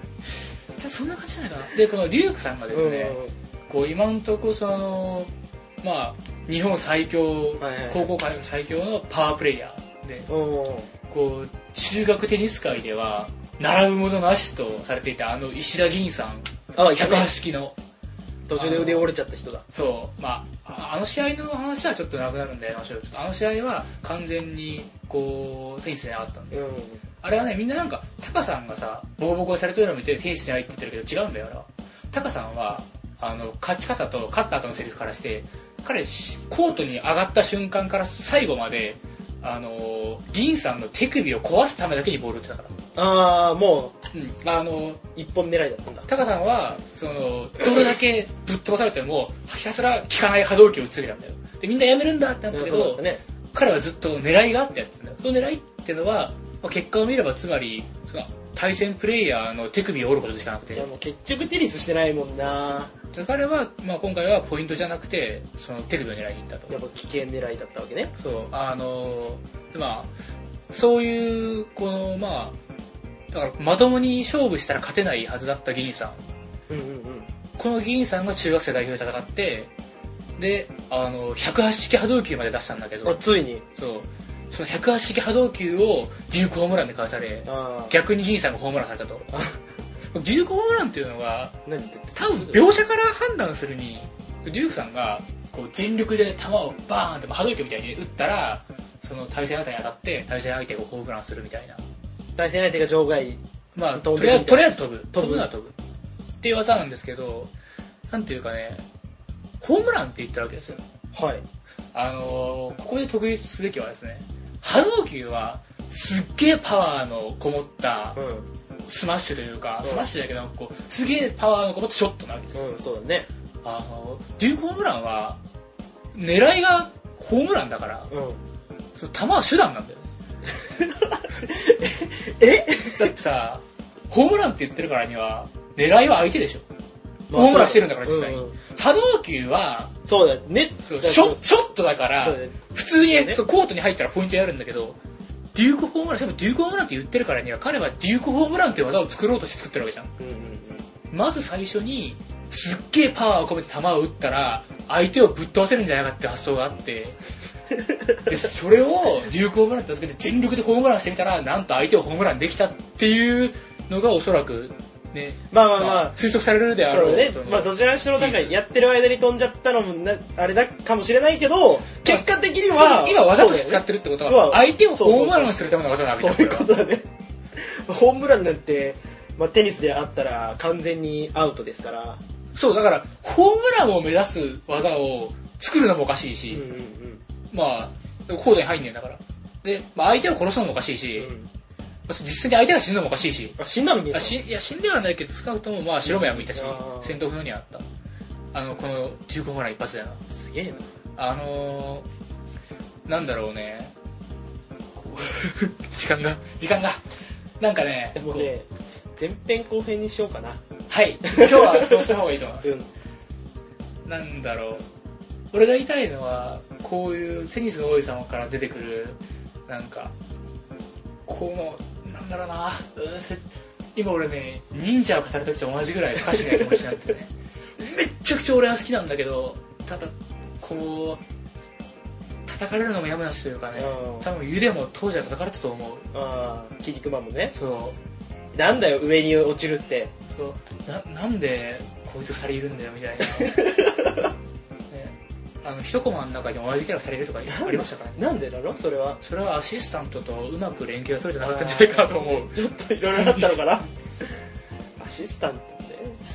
B: そんな感じじゃないかなでこのデュークさんがですね、こう今んとこそのまあ日本最強、
A: はいはい
B: 高校界最強のパワープレイヤーで
A: うんうん
B: こう中学テニス界では並ぶものの足とされていたあの石田銀さん
A: あ
B: 108
A: 108
B: 式の
A: 途中で腕折れちゃった人だ
B: そうまあああの試合の話はちょっとなくなるんでましょうちょっとあの試合は完全にこうテニスじゃなかったんで
A: うん
B: あれはねみんななんかタカさんがさボコボコにされてるのを見てテニスじゃないって言ってるけど違うんだよあれはタカさんはあの勝ち方と勝った後のセリフからして彼しコートに上がった瞬間から最後まであの銀さんの手首を壊すためだけにボール打ってたから
A: ああも
B: うんあの
A: う一本狙いだったんだ
B: タカさんはそのどれだけぶっ飛ばされてもひたすら効かない波動機を打ち続けたんだよでみんなやめるんだってなったけ
A: そうだっ
B: ど
A: たね
B: 彼はずっと狙いがあってやってたんだよその狙いっていうのは、まあ、結果を見ればつまりその対戦プレイヤーの手首を折ることしかなく
A: じゃあ
B: て
A: もう結局テニスしてないもんな
B: 彼は、まあ、今回はポイントじゃなくてその手首を狙いに行ったと
A: やっぱ危険狙いだったわけね
B: そうあのーまあそういうこのまあだからまともに勝負したら勝てないはずだった議員さん
A: うんうんうん
B: この議員さんが中学生代表で戦ってであの108式波動球まで出したんだけ
A: あ
B: ど
A: ついに
B: そうその108式波動球をデュークホームランで返され
A: ああ
B: 逆に銀さんがホームランされた と
A: あ
B: デュークホームランっていうのが
A: 何言ってんの
B: 多分描写から判断するにデュークさんがこう全力で球をバーンってまあ波動拳みたいに打ったらその対戦相手に当たって対戦相手がホームランするみたいな
A: 対戦相手が場外
B: まあ
A: 飛
B: と
A: んで
B: りあえず
A: く
B: と
A: み
B: りあえず飛ぶ
A: 飛ぶ
B: 飛ぶのは飛ぶっていう技なんですけどなんていうかねホームランって言ったわけですよ
A: はい
B: あのーここで特筆すべきはですね波動球はすっげえパワーのこもった
A: うん
B: スマッシュというか、
A: うん
B: スマッシュだけどこうすげえパワーのこもったショットなわけですよ、
A: うんそうだね
B: あのデュークホームランは狙いがホームランだから
A: うん
B: その球は手段なんだよね
A: え
B: だってさホームランって言ってるからには狙いは相手でしょ
A: まあ
B: ホームランしてるんだから実際に、
A: うんうん
B: 波動球は
A: そうだよね
B: そうショショットだから
A: そうだよね
B: 普通に、
A: そうね
B: そうコートに入ったらポイントやるんだけどデュークホームランしかもデュークホームランって言ってるからには彼はデュークホームランっていう技を作ろうとして作ってるわけじゃん
A: うんうん
B: まず最初にすっげえパワーを込めて球を打ったら相手をぶっ飛ばせるんじゃないかって発想があってでそれをデュークホームランって名付けて全力でホームランしてみたらなんと相手をホームランできたっていうのがおそらくね
A: まあまあまあ
B: 推測されるであ
A: そ
B: ろ
A: う
B: う
A: だね
B: その
A: まあどちらにしろなんか
B: 事実
A: やってる間に飛んじゃったのもなあれだかもしれないけど結果的には
B: 今わざとして使ってるってことは相手をホームランするための技なわけ
A: そ
B: じ
A: う
B: ゃん
A: だよねそういうこだ
B: こと
A: ね ホームランなんて、まあ、テニスであったら完全にアウトですから
B: れはそうだからホームランを目指す技を作るのもおかしい
A: うん
B: し、
A: うんうん
B: まあコードに入んねんだからで、まあ、相手を殺すのもおかしいし、
A: うん
B: 実際に相手が死ぬのもおかしいし
A: あ死んだのに
B: あしいや死んではないけど少なくともまあ白目は向いたし
A: あー
B: 戦闘不能にはあったあのこの中古ホームラン一発だよな
A: すげえな
B: あのー、なんだろ うね時間が時間がなんかね
A: でもね前編後編にしようかな
B: こうはい今日はそうした方がいいと思いま
A: う
B: す
A: ん
B: なんだろう俺が言いたいのはこういうテニスの王子様から出てくるなんかこのなんだろうな、うんせ今俺ね忍者を語る時と同じぐらい歌詞が気持ちになってね めっちゃくちゃ俺は好きなんだけどただこう叩かれるのもやむなしというかね
A: うん
B: 多分ゆでも当時は叩かれたと思う
A: ああキリクマもね
B: そう
A: なんだよ上に落ちるって
B: そうななんでこいつ2人いるんだよみ たいな、ね、あの一コマの中に同じキャラ2人いるとかありましたからね
A: なんでだろそれは
B: それはアシスタントとうまく連携が取れてなかったんじゃないかなと思う
A: ちょっといろいろあったのかな アシスタントね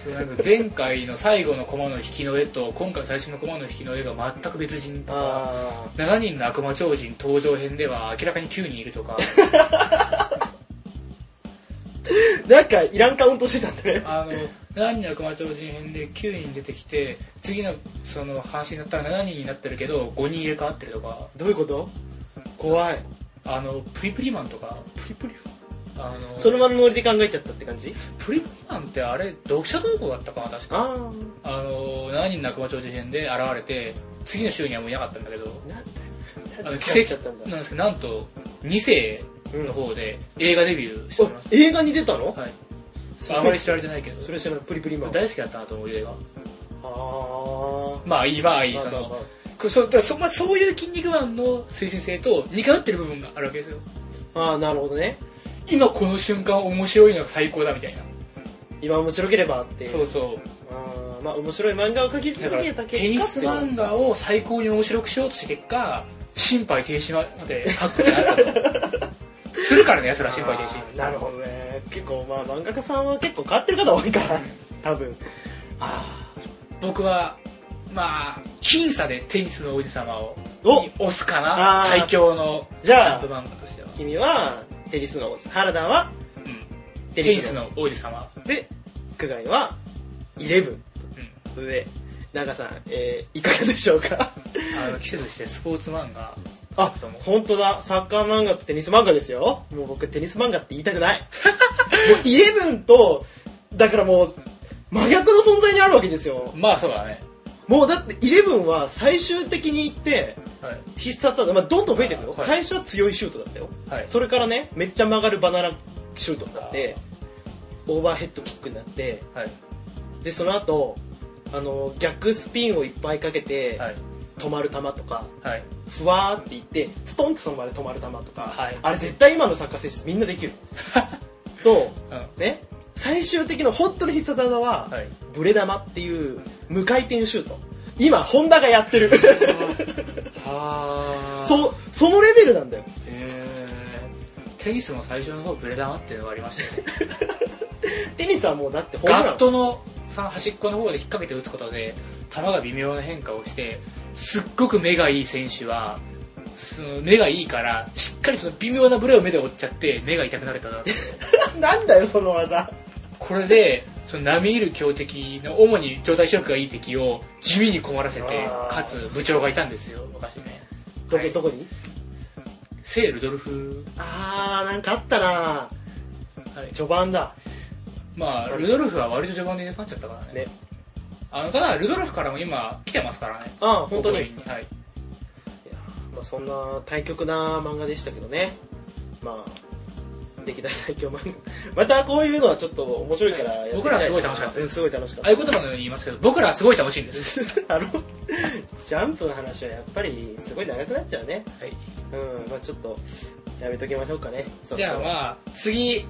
B: そうなんか前回の最後のコマの引きの絵と今回最新のコマの引きの絵が全く別人とか
A: あ
B: 7人の悪魔超人登場編では明らかに9人いる とか
A: あ なんかいらんカウントしてたんだね
B: あの7人の悪魔超人編で9人出てきて次のその話になったら7人になってるけど5人入れ替わってるとか
A: どういうこと怖い
B: あのプリプリマンとか
A: プリプリ
B: あの
A: そのままノリで考えちゃったって感じ
B: プリプリマンってあれ読者投稿だったかな確か
A: あ
B: あの7人の悪魔超人編で現れて次の週にはもういなかったんだけど
A: あなんだよな
B: あ
A: ん
B: の
A: で
B: 奇
A: 来ちゃったん
B: 跡な
A: だ
B: んですけどなんと2世
A: うん
B: の方で映画デビューしており
A: お
B: ます、
A: 映画に出たの
B: はい、
A: ごい
B: あまり知られてないけど
A: それ知らないプリプリマン
B: 大好きだったなと思う映画
A: あー
B: まあいいまあいい
A: まあ
B: そ
A: まあま
B: の
A: あ
B: こそだそ,、まあ、そういう筋肉マンの精神性と似通ってる部分があるわけですよ
A: あーなるほどね
B: 今この瞬間面白いのが最高だみたいな、
A: 今面白ければっていう
B: そうそう
A: あーまあ面白い漫画を描き
B: だ
A: 続
B: から
A: けた結果
B: テニス漫画を最高に面白くしようとした結果心肺停止まで書くことになったとするからね奴ら心肺停
A: あ
B: 止
A: ーなるほどね結構まあ漫画家さんは結構変わってる方多いから 多分あ
B: 僕はまあ僅差でテニスの王子様を
A: お
B: に押すかな
A: あー
B: 最強の
A: じ
B: ジ
A: ゃ
B: ャン
A: あ
B: プ漫画としては、
A: 君はテニスの王子原田は
B: うん、
A: テ
B: テ
A: ニ
B: ニ
A: ス
B: ス
A: の
B: の王子様、
A: で久我井はイレブ
B: うん、
A: ンで長さん、えーいかがでしょうか
B: あの季節してスポーツ漫画
A: あ
B: ちょっともう
A: 本当だサッカー漫画とテニス漫画ですよもう僕テニス漫画って言いたく ないもうイレブンとだからもう真逆の存在にあるわけですよ
B: まあそうだね、
A: もうだってイレブンは最終的に言って
B: はい、
A: 必殺技、まあ、どんどん増えていくよ、
B: はい
A: 最初は強いシュートだったよ、
B: はい
A: それからねめっちゃ曲がるバナナシュートになってオーバーヘッドキックになって
B: はい
A: でその後あの逆スピンをいっぱいかけて、
B: はい
A: 止まる球とか
B: はい
A: ふわーっていってストンとその場で止まる球とか、
B: はい
A: あれ絶対今のサッカー選手みんなで きると
B: うんは
A: ね最終的な本当の必殺技は、
B: い
A: ブレ玉っていう無回転シュート今本田がやってる
B: はあ
A: そそのレベルなんだよ
B: えー、テニスも最初の方ブレ玉っていうのがありました ね
A: テニスはもうだってホームラ
B: ガッ
A: ン
B: トのさ端っこの方で引っ掛けて打つことで球が微妙な変化をしてすっごく目がいい選手はその目がいいからしっかりその微妙なブレを目で追っちゃって目が痛くなれたな
A: なんだよその技
B: これでその並みいる強敵の主に状態視力がいい敵を地味に困らせて
A: あー
B: かつ部長がいたんですよ昔ね
A: どこ
B: はい
A: どこに
B: 聖ルドルフ、
A: あーなんかあったな
B: はい
A: 序盤だ
B: まあルドルフは割と序盤でいなくなっちゃったからね
A: ね
B: あのただルドルフからも今来てますからね
A: ああ本当に
B: ここにはい
A: いやまあ、そんな対極な漫画でしたけどねまあ歴代最強漫画 またこういうのはちょっと面白いからやってみた
B: 僕らはすごい楽しかった
A: うんすごい楽しかった
B: 合言葉のように言いますけど僕らはすごい楽しいんです
A: あのジャンプの話はやっぱりすごい長くなっちゃうね
B: はい
A: うんまあちょっとやめときましょうかねそろそろ
B: じゃあまあ次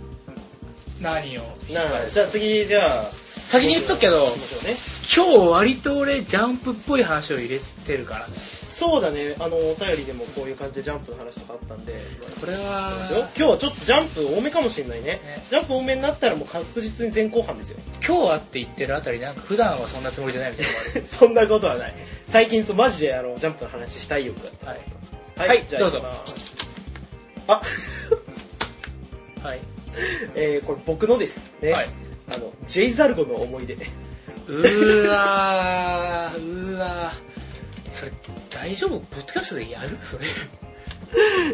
B: 何を
A: なあじゃあ次じゃあ
B: 先に言っとくけど
A: 行きましょうね
B: 今日割と俺ジャンプっぽい話を入れてるからね
A: そうだねあのお便りでもこういう感じでジャンプの話とかあったんで
B: これ
A: ですよ
B: は
A: 今日はちょっとジャンプ多めかもしれないね
B: ね
A: ジャンプ多めになったらもう確実に前後半ですよ
B: 今日はって言ってるあたりなんか普段はそんなつもりじゃないみたいなのが
A: そんなことはない最近そうマジであのジャンプの話したいよく
B: あるはいはい
A: じゃあ
B: どうぞ
A: 行きますあ
B: はい、
A: えーこれ僕のですね、
B: はい、
A: あのジェイザルゴの思い出
B: うーわーうーわーそれ大丈夫ポッドキャストでやるそれ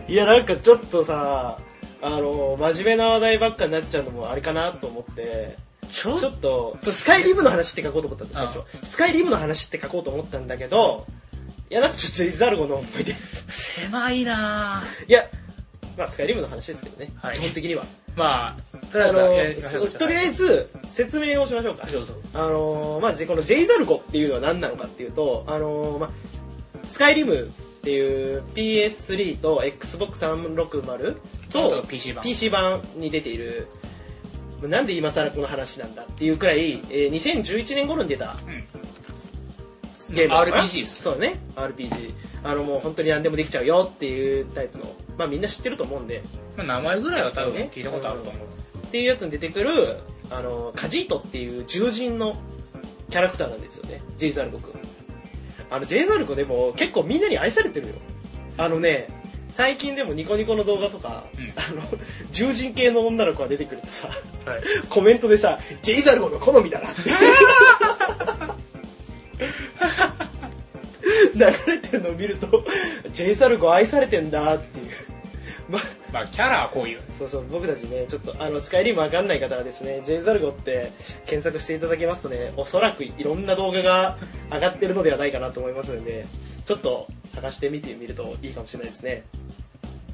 A: いやなんかちょっとさあの真面目な話題ばっかになっちゃうのもあれかなと思って
B: ちょっ
A: ちょ
B: と
A: っとスカイリムの話って書こうと思ったんです最
B: う
A: 初スカイリムの話って書こうと思ったんだけどいやなんかちょっとジェイザルゴの思 い出い
B: 狭いなー
A: やまあスカイリムの話ですけどね、
B: はい
A: 基本的には
B: まあとり
A: あ
B: あえずは
A: の
B: やりましょう
A: とりあえず説明をしましょうか
B: どうぞ
A: あのーまあ、じこのジェイザルゴっていうのは何なのかっていうと、あのーまあ、スカイリムっていう PS3 と XBOX360
B: と
A: と
B: PC 版
A: PC 版に出ているまあなんで今更この話なんだっていうくらい、えー2011年頃に出た
B: うん
A: ゲームだから
B: RPG です
A: そうね RPG あのもう本当に何でもできちゃうよっていうタイプのまあみんな知ってると思うんで
B: まあ名前ぐらいは多分聞いたことあると思う
A: っていうやつに出てくるあのカジートっていう獣人のキャラクターなんですよねジェイザルコ君あのジェイザルコでも結構みんなに愛されてるよあのね最近でもニコニコの動画とか、
B: うん
A: あの獣人系の女の子が出てくるとさ
B: はい
A: コメントでさ「ジェイザルゴの好みだな」って 流れてるのを見るとジェイザルゴ愛されてんだっていうま
B: まあキャラはこういう
A: そうそう僕たちねちょっとあのスカイリムわかんない方はですねジェイザルゴって検索していただきますとねおそらくいろんな動画が上がってるのではないかなと思いますのでちょっと探してみてみるといいかもしれないですね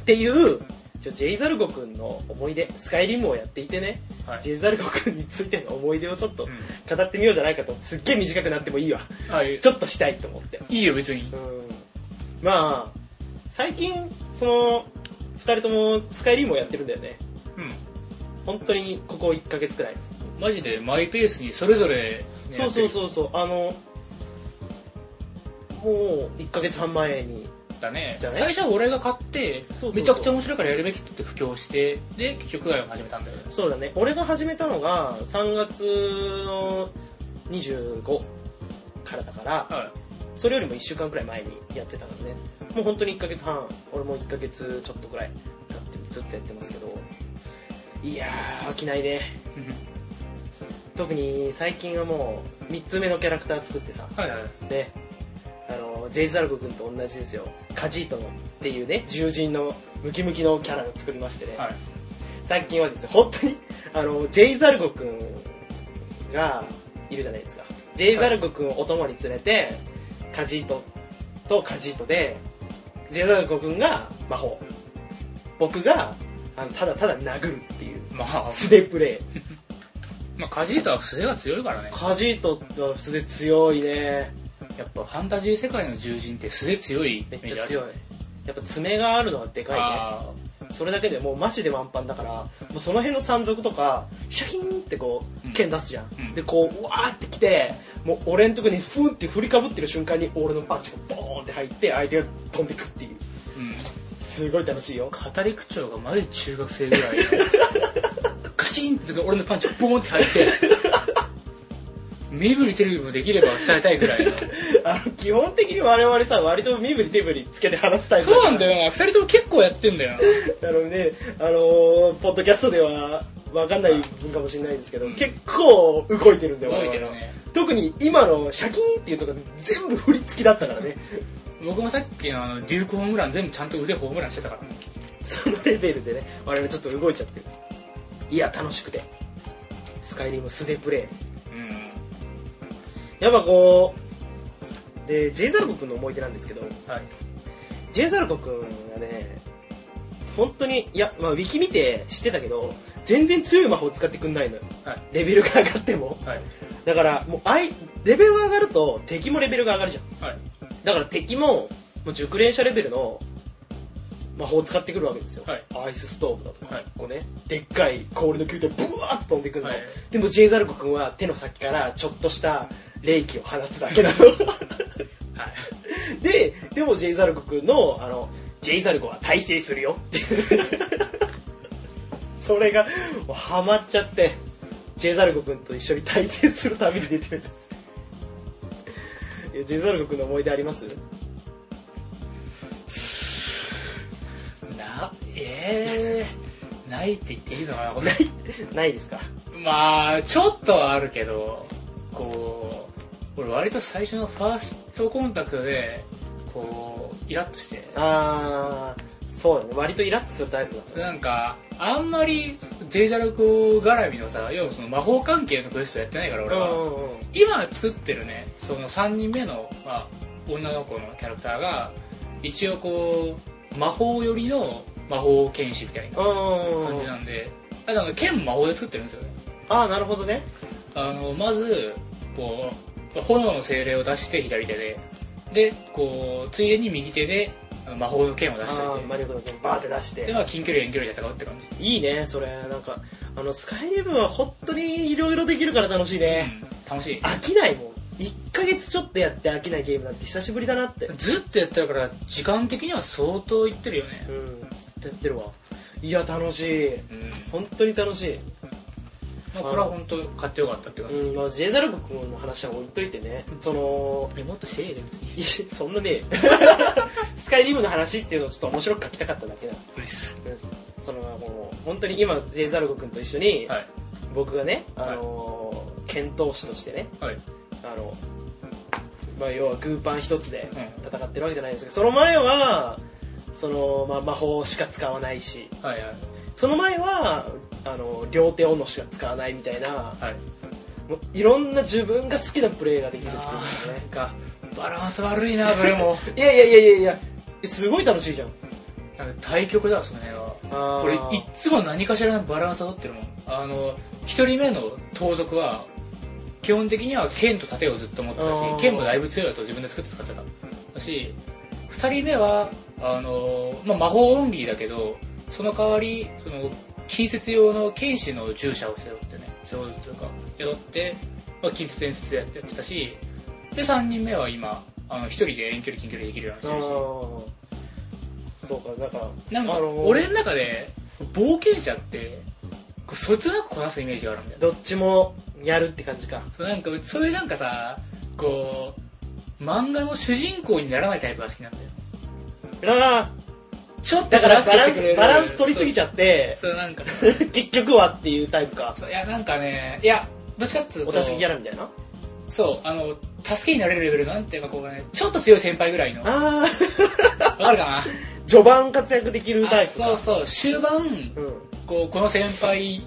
A: っていうちょジェイザルゴくんの思い出スカイリムをやっていてね、
B: はい
A: ジェイザルゴくんについての思い出をちょっと
B: う
A: 語ってみようじゃないかとすっげえ短くなってもいいわ
B: はい
A: ちょっとしたいと思って
B: いいよ別に
A: うんまあ最近その2人ともスカイリムをやってるんだよね
B: うん
A: 本当にここ1ヶ月くらい、
B: マジでマイペースにそれぞれね
A: そうそう
B: や
A: そうそうあのもう1ヶ月半前に
B: ってたね
A: じゃあね
B: 最初は俺が買って
A: そうそうそう
B: めちゃくちゃ面白いからやるべきって言って布教してで結局ガイを始めたんだよね
A: そうだね俺が始めたのが3月の25からだから
B: は
A: それよりも1週間くらい前にやってたからねもう本当に1ヶ月半俺も1ヶ月ちょっとくらい経ってずっとやってますけどいやー飽きないね
B: い
A: 特に最近はもう3つ目のキャラクター作ってさ
B: はいはい
A: ねあのジェイザルゴ君と同じですよカジートのっていうね獣人のムキムキのキャラを作りましてね、
B: はい
A: 最近はですね本当に あのジェイザルゴ君がいるじゃないですかジェイザルゴ君をお供に連れてカジートとカジートでジェイザルゴ君が魔法僕があのただただ殴るっていう
B: まあ
A: 素手プレイ
B: まあカジータは素手が強いからね
A: カジートは素手強いね
B: やっぱファンタジー世界の獣人って素手強いイ
A: め
B: メ
A: っ
B: ージ
A: ちゃ
B: ある
A: 強いやっぱ爪があるのはでかいね
B: あ
A: それだけでもうマジでワンパンだからもうその辺の山賊とかシャキーンってこ
B: う
A: うん剣出すじゃん、
B: うん
A: でこううわーってきてもう俺んとこにフンって振りかぶってる瞬間に俺のパンチがボーンって入って相手が飛んでくっていう
B: ーうん
A: すごい楽しいよ
B: 語り口調がマジで中学生ぐらい ガシンって俺のパンチがボーンって入って身振り手振りもできれば伝えたいぐらいの
A: あの基本的に我々さ割と身振り手振りつけて話すタイプ
B: そうなん
A: よ
B: だよな2人とも結構やってんだよな
A: なのであのーポッドキャストでは分かんない分かもしれないですけど、
B: うん
A: 結構動いてるんだよ
B: 動いて
A: 我
B: る
A: 々は
B: ね
A: 特に今のシャキーンっていうとこ全部振り付きだったからね
B: 僕もさっきのあのデュークホームラン全部ちゃんと腕ホームランしてたから
A: そのレベルでね我々ちょっと動いちゃってるいや楽しくてスカイリム素手プレイ
B: うん
A: いやっぱこうで J ザルコ君の思い出なんですけど
B: はい
A: J ザルコ君がね本当にいや、まあ、ウィキ見て知ってたけど全然強い魔法使ってくんないのよ
B: はい
A: レベルが上がっても
B: はい
A: だからもうあいレベルが上がると敵もレベルが上がるじゃん
B: はい
A: だから敵ももう熟練者レベルの魔法を使ってくるわけですよ、
B: はい
A: アイスストーブだとか、
B: はい
A: こうね、でっかい氷の球体ブワーッと飛んでくるの、
B: はい
A: でもジェイザルコ君は手の先からちょっとした霊気を放つだけ だとででもジェイザルコ君のあのジェイザルコは大成するよ っていうそれがもうハマっちゃってジェイザルコ君と一緒に対戦するために出てるんですいやジェイザルコ君の思い出あります
B: なえー、ないって言っていいのかなこれ
A: ないですか
B: まあちょっとはあるけどこう俺割と最初のファーストコンタクトでこうイラッとして
A: あーそうだね割とイラッとするタイプだ
B: なんかあんまりジェイザルコ絡みのさ要はその魔法関係のクエストやってないから俺は、
A: うんうんうん
B: 今作ってるねその3人目の、まあ、女の子のキャラクターが一応こう魔法寄りの魔法剣士みたいな
A: うんうん
B: 感
A: う
B: じ
A: ん
B: なんで、あなんか剣魔法で作ってるんですよね
A: ああなるほどね
B: あのまずこう炎の精霊を出して左手ででこうついでに右手であの魔法の剣を出
A: あ
B: しておい
A: ー魔
B: て
A: 力の剣バーって出し
B: で、
A: て
B: まあ、近距離遠距離で戦うって感じ、
A: いいねそれなんかあのスカイレブンは本当にいろいろできるから楽しいね、
B: うん楽しい
A: 飽きないもん1ヶ月ちょっとやって飽きないゲームなんて久しぶりだなって
B: ずっとやってるから時間的には相当いってるよね
A: う、んやってるわいや楽しい
B: うん
A: 本当に楽しい、
B: まあ、これは本当買ってよかったって感じ、
A: うんまあ、ジェイザルコ君の話は置いといてねその
B: えもっとしていいよ別に
A: いやそんなね えよスカイリムの話っていうのをちょっと面白く書きたかっただけなんです
B: うっす
A: そのもう本当に今 J ・ザルゴ君と一緒に、
B: はい
A: 僕がね、あのー剣闘士としてね
B: はい
A: あの、まあ、要はグーパン一つで
B: うん
A: 戦ってるわけじゃないですけどその前はその、まあ、魔法しか使わないし
B: はいはい
A: その前はあの両手斧しか使わないみたいな
B: はい
A: もういろんな自分が好きなプレーができるっていう
B: あ
A: こと
B: ー
A: ね
B: なんかバランス悪いなそれも
A: いやいやいやいやいやすごい楽しいじゃん
B: なんか対局だその辺は
A: あ
B: 俺
A: ー
B: いっつも何かしらのバランスを取ってるもんあの一人目の盗賊は基本的には剣と盾をずっと持ってたし
A: あー
B: 剣もだいぶ強いやつを自分で作って使ってただし二人目はあの、まあ、魔法オンリーだけどその代わりその近接用の剣士の従者を背負ってね背負うというか背負って、まあ、近接演出やってたしで三人目は今あの一人で遠距離近距離できるようにしてるし
A: あーそうかなんか
B: なんか
A: あのー
B: 俺の中で冒険者ってこうそいつなくこなすイメージがあるんだよね
A: どっちもやるって感じか
B: そうなんかそういうなんかさこう漫画の主人公にならないタイプが好きなんだよ
A: あ
B: ちょっ
A: ーだからバラン
B: 助けてくれ
A: ス
B: る
A: バランス取りすぎちゃって
B: そうそうなんか
A: 結局はっていうタイプか
B: そういやなんかねいやどっちかっつう
A: お
B: と
A: 助けキャラみたいな
B: そうあの助けになれるレベルのなんていうかこうねちょっと強い先輩ぐらいのわ
A: あー
B: かるかな
A: 序盤活躍できるタ
B: あ
A: イプか
B: そうそう終盤
A: うん
B: こうこの先輩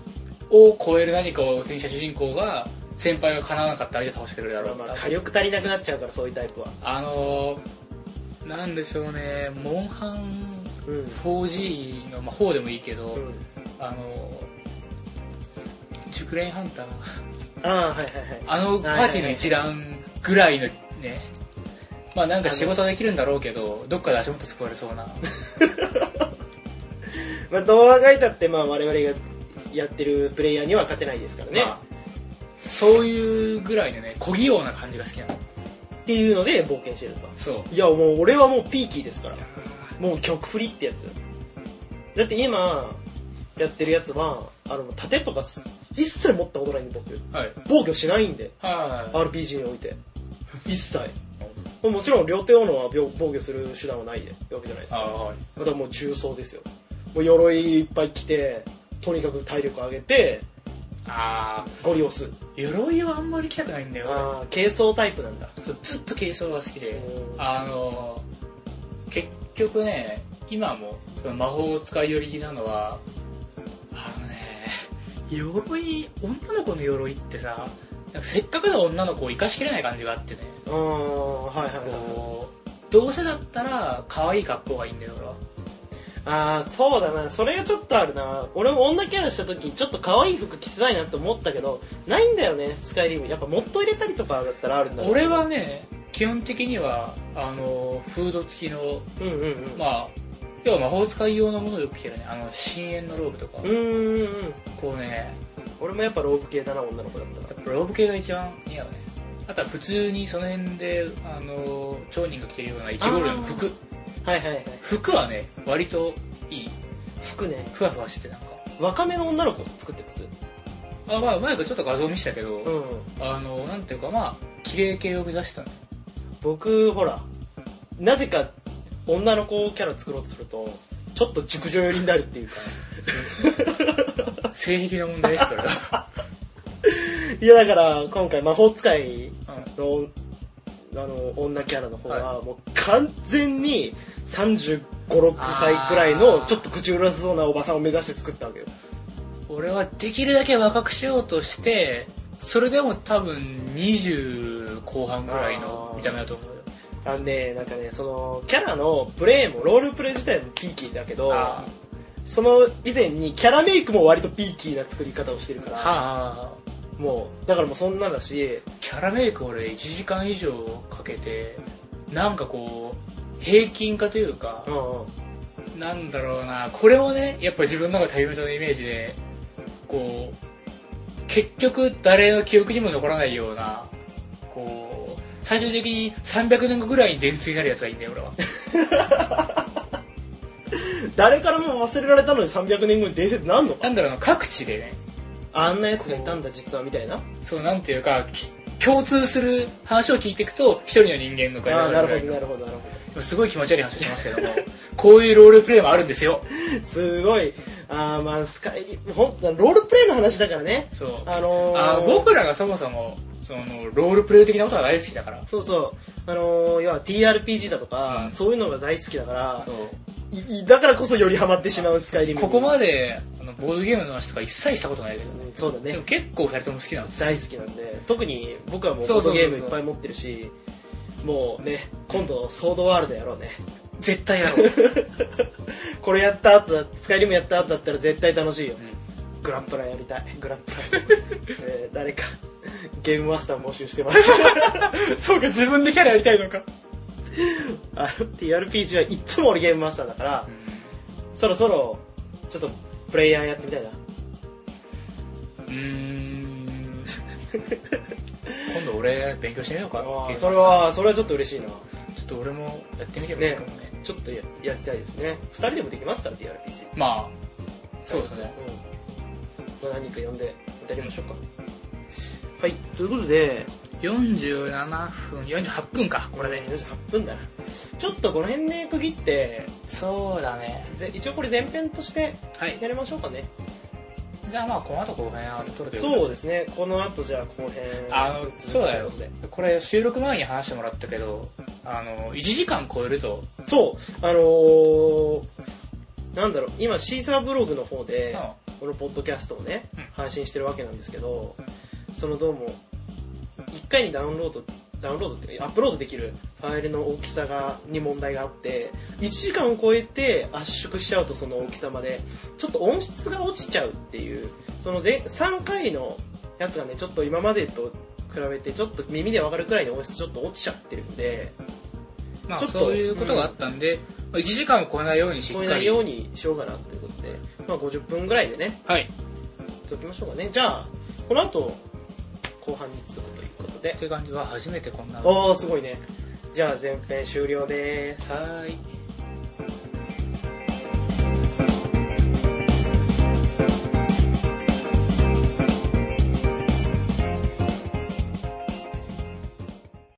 B: を超える何かを手にした主人公が先輩が叶わなかった相手を倒してくれるだろう
A: まあ
B: と
A: まあ火力足りなくなっちゃうからそういうタイプは
B: あのー、なんでしょうねモンハン
A: うん
B: 4G の、まあ、4でもいいけど、
A: うん
B: あのー、熟練ハンター
A: ああはいはいはい
B: あのパーティーの一覧ぐらいのねまあなんか仕事はできるんだろうけどどっかで足元救われそうな
A: まあ動画がいたってまあ我々がやってるプレイヤーには勝てないですからね、
B: まあそういうぐらいのね小器用な感じが好きなの
A: っていうので冒険してると
B: そう
A: いやもう俺はもうピーキーですからもう曲振りってやつだって今やってるやつはあの盾とかす一切持ったことないんで僕
B: はい
A: 防御しないんで
B: はい
A: RPG において一切もちろん両手斧は防防御する手段はないわけじゃないです
B: あ
A: か
B: はい
A: またもう重装ですよもう鎧いっぱい着てとにかく体力上げて
B: あ
A: ゴリ押す
B: ー鎧はあんまり着たくないんだよ
A: ああ軽装タイプなんだ
B: そうずっと軽装が好きで
A: うん
B: あの結局ね今もその魔法を使い寄りなのはあのね鎧女の子の鎧ってさなんかせっかくの女の子を生かしきれない感じがあってね
A: ああはいはいはい
B: こうどうせだったら可愛い格好がいいんだよ俺は
A: ああそうだなそれがちょっとあるな俺も女キャラした時ちょっと可愛い服着せたいなって思ったけどないんだよねスカイリムやっぱモッド入れたりとかだったらあるんだろう
B: 俺はね基本的にはあのフード付きの
A: うんうんうん、
B: まあ要は魔法使い用のものをよく着てるねあの深淵のローブとか
A: うーんうんうん
B: こうね
A: 俺もやっぱローブ系だな女の子だったら
B: やっぱローブ系が一番似合うねあとは普通にその辺であの町人が着てるようなイチゴ類の服
A: はいはいはい
B: 服はね割といい
A: 服ね
B: ふわふわしててなんか
A: 若めの女の子作ってますう
B: あまあ前からちょっと画像見せたけど、
A: ん
B: あのなんていうかまあ綺麗系を目指してたの
A: 僕ほらなぜか女の子キャラ作ろうとするとちょっと熟女寄りになるっていうか
B: 性癖の問題ですそれは、
A: いやだから今回魔法使い
B: うん
A: のあの女キャラの方はもう完全に3 5 6歳くらいの
B: あー
A: ちょっと口うるさそうなおばさんを目指して作ったわけよ
B: 俺はできるだけ若くしようとしてそれでも多分20後半ぐらいの見た目だと思うよ
A: あのねなんかねそのキャラのプレイもロールプレイ自体もピーキーだけど
B: あ
A: その以前にキャラメイクも割とピーキーな作り方をしてるか
B: ー
A: ら
B: はあはあ
A: もうだからもうそんなだし
B: キャラメイク俺1時間以上かけてなんかこう平均化というか
A: う、んうん
B: なんだろうなこれもねやっぱ自分の中で旅人のイメージでこう結局誰の記憶にも残らないようなこう最終的に300年後ぐらいに伝説になるやつがいいんだよ 俺は
A: 誰からも忘れられたのに300年後に伝説なんのか
B: なんだろうな各地でね
A: あんなやつがいたんだ実はみたいな
B: そうなんていうかき共通する話を聞いていくと一人の人間の会
A: ああ
B: 話
A: ー
B: に
A: なるほどな
B: なるぐらい
A: るほどなるほ
B: すごい気持ち悪い話しますけどもこういうロールプレイもあるんですよ
A: どすごいあーまあスカイリほんとロールプレイの話だからね
B: そう
A: あのー、
B: あ僕らがそもそもそのロールプレイ的なことが大好きだから
A: そうそうあのー要は TRPG だとか、
B: うん
A: そういうのが大好きだから
B: そう
A: いいだからこそよりハマってしまうスカイリム
B: ここま
A: で
B: であのボードゲームの話とか一切したことないけどね
A: そうだ
B: で
A: ね
B: も結構2人とも好きなんですよ
A: 大好きなんで特に僕はもう
B: そ
A: ボ
B: う
A: ー
B: そ
A: ド
B: うそうそう
A: ゲームいっぱい持ってるしもうね今度ソードワールドやろうね
B: 絶対 やろう、
A: これやった後だスカイリムやった後だったら絶対楽しいよ、
B: う
A: グラップラーやりたいグラップ ラー、えー誰かゲームマスター募集してます
B: んそうか自分でキャラやりたいのか、
A: あの TRPG はいっつも俺ゲームマスターだからそろそろちょっとプレイヤーやってみたいな
B: うー ん今度俺勉強してみようか
A: あ
B: ゲームマ
A: ー
B: スタ
A: そ
B: ー
A: れはそれはちょっと嬉しいな
B: ちょっと俺もやってみればいいかもね
A: ちょっとややりたいですね2人でもできますから TRPG
B: まあそうですね、
A: うんまあ、何か呼んでやりましょうかはいということで
B: 47分48分かこれで、
A: 48分だなちょっとこの辺で区切って
B: そうだね
A: ぜ一応これ前編として
B: はい
A: やりましょうかね
B: じゃあまあこの後後編は撮るということで
A: そうですねこの後じゃあ後編
B: あのそうだよ
A: というこ
B: これ収録前に話してもらったけどあの1時間超えると、
A: とでそうあのーなんだろう今シーサーブログの方でこのポッドキャストをね
B: うん
A: 配信してるわけなんですけどそのどうも1回にダウンロードダウンロードっていうかアップロードできるファイルの大きさがに問題があって1時間を超えて圧縮しちゃうとその大きさまでちょっと音質が落ちちゃうっていうその前3回のやつがねちょっと今までと比べてちょっと耳でわかるくらいの音質ちょっと落ちちゃってるんで
B: まあ、
A: ちょっと
B: そういうことがあったんで、1時間を超えないようにし
A: 聞こ
B: っ
A: え
B: か
A: ない
B: り
A: ようにしようかなということで、まあ、50分ぐらいでね
B: はい
A: やっておきましょうかねじゃあこの後後半に続くということで
B: という感じは初めてこんなのは
A: おおすごいねじゃあ前編終了です
B: ーい